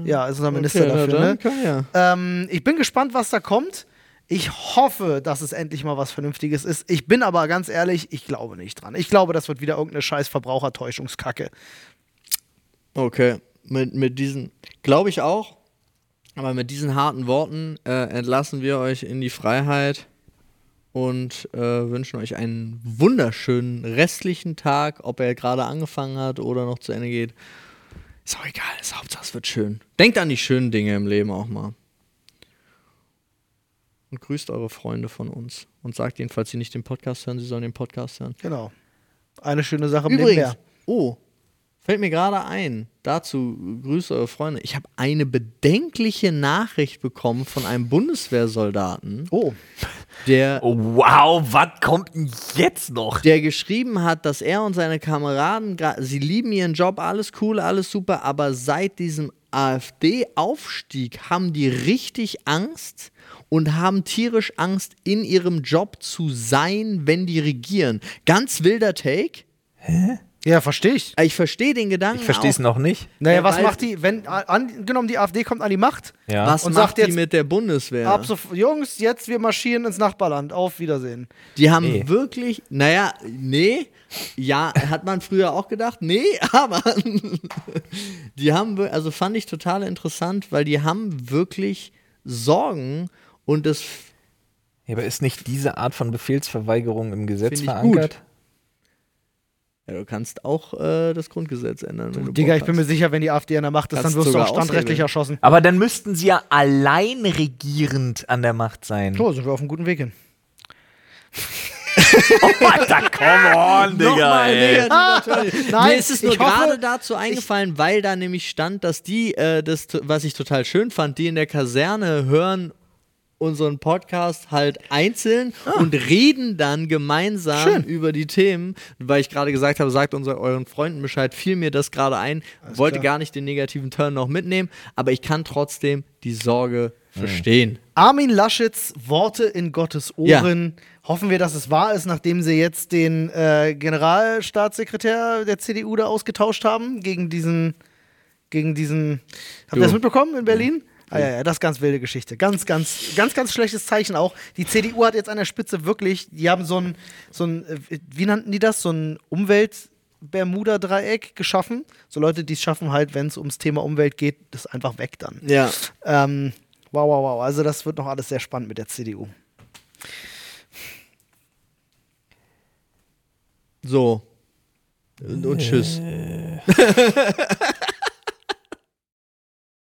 Ja, ist unser Minister
na
dafür.
dann
ne?
kann ja.
Ähm, ich bin gespannt, was da kommt. Ich hoffe, dass es endlich mal was Vernünftiges ist. Ich bin aber ganz ehrlich, ich glaube nicht dran. Ich glaube, das wird wieder irgendeine scheiß Verbrauchertäuschungskacke.
Okay, mit, mit diesen, glaube ich auch. Aber mit diesen harten Worten äh, entlassen wir euch in die Freiheit und äh, wünschen euch einen wunderschönen restlichen Tag, ob er gerade angefangen hat oder noch zu Ende geht. Ist auch egal, ist Hauptsache es wird schön. Denkt an die schönen Dinge im Leben auch mal. Und grüßt eure Freunde von uns. Und sagt ihnen, falls sie nicht den Podcast hören, sie sollen den Podcast hören.
Genau. Eine schöne Sache im Leben
Übrigens,
mehr.
oh, fällt mir gerade ein, dazu grüßt eure Freunde. Ich habe eine bedenkliche Nachricht bekommen von einem Bundeswehrsoldaten,
Oh,
der,
Oh, wow, was kommt denn jetzt noch?
der geschrieben hat, dass er und seine Kameraden, gra- sie lieben ihren Job, alles cool, alles super, aber seit diesem AfD-Aufstieg haben die richtig Angst und haben tierisch Angst, in ihrem Job zu sein, wenn die regieren. Ganz wilder Take.
ja, verstehe ich.
Ich verstehe den Gedanken.
Ich verstehe es
auch.
noch nicht.
Naja,
Ja,
was
weil-
macht die, wenn, a- angenommen die AfD kommt an die Macht,
Ja.
Was
Und
macht
sagt
die
jetzt-
mit der Bundeswehr?
ab so, Jungs, jetzt wir marschieren ins Nachbarland, auf Wiedersehen.
Die haben
Nee.
wirklich, naja, nee, ja, hat man früher auch gedacht, nee, aber die haben, wir- also fand ich total interessant, weil die haben wirklich Sorgen und das,
Ja, aber ist nicht diese Art von Befehlsverweigerung im Gesetz
Find ich
verankert?
ja, du kannst auch äh, das Grundgesetz ändern. Wenn du
Digga,
Bock
ich bin mir
hast.
sicher, wenn die AfD an der Macht ist,
Kannst
dann wirst du
sogar
auch standrechtlich
aushebeln.
erschossen.
Aber dann müssten sie ja allein regierend an der Macht sein.
So, sind wir auf einem guten Weg hin.
Alter, come on,
Nochmal negativ, natürlich.
nein,
Ah! Mir ist es nur
ich hoffe,
gerade dazu eingefallen, weil da nämlich stand, dass die, äh, das, t- was ich total schön fand, die in der Kaserne hören unseren Podcast halt einzeln
Ah.
und reden dann gemeinsam über die Themen, weil ich gerade gesagt habe, sagt unser, euren Freunden Bescheid, fiel mir das gerade ein, wollte
klar.
gar nicht den negativen Turn noch mitnehmen, aber ich kann trotzdem die Sorge verstehen.
Armin Laschets Worte in Gottes
Ja.
Ohren. Hoffen wir, dass es wahr ist, nachdem sie jetzt den äh, Generalstaatssekretär der CDU da ausgetauscht haben gegen diesen, gegen diesen. Habt ihr das mitbekommen in Berlin? Ah, ja, ja, das ist ganz wilde Geschichte. Ganz, ganz, ganz, ganz schlechtes Zeichen auch. Die CDU hat jetzt an der Spitze wirklich, die haben so ein, so ein, äh, wie nannten die das? So ein Umwelt. Bermuda-Dreieck geschaffen. So Leute, die es schaffen, halt, wenn es ums Thema Umwelt geht, das einfach weg dann.
Ja.
Ähm, wow, wow, wow. Also das wird noch alles sehr spannend mit der CDU.
So. Und, und tschüss.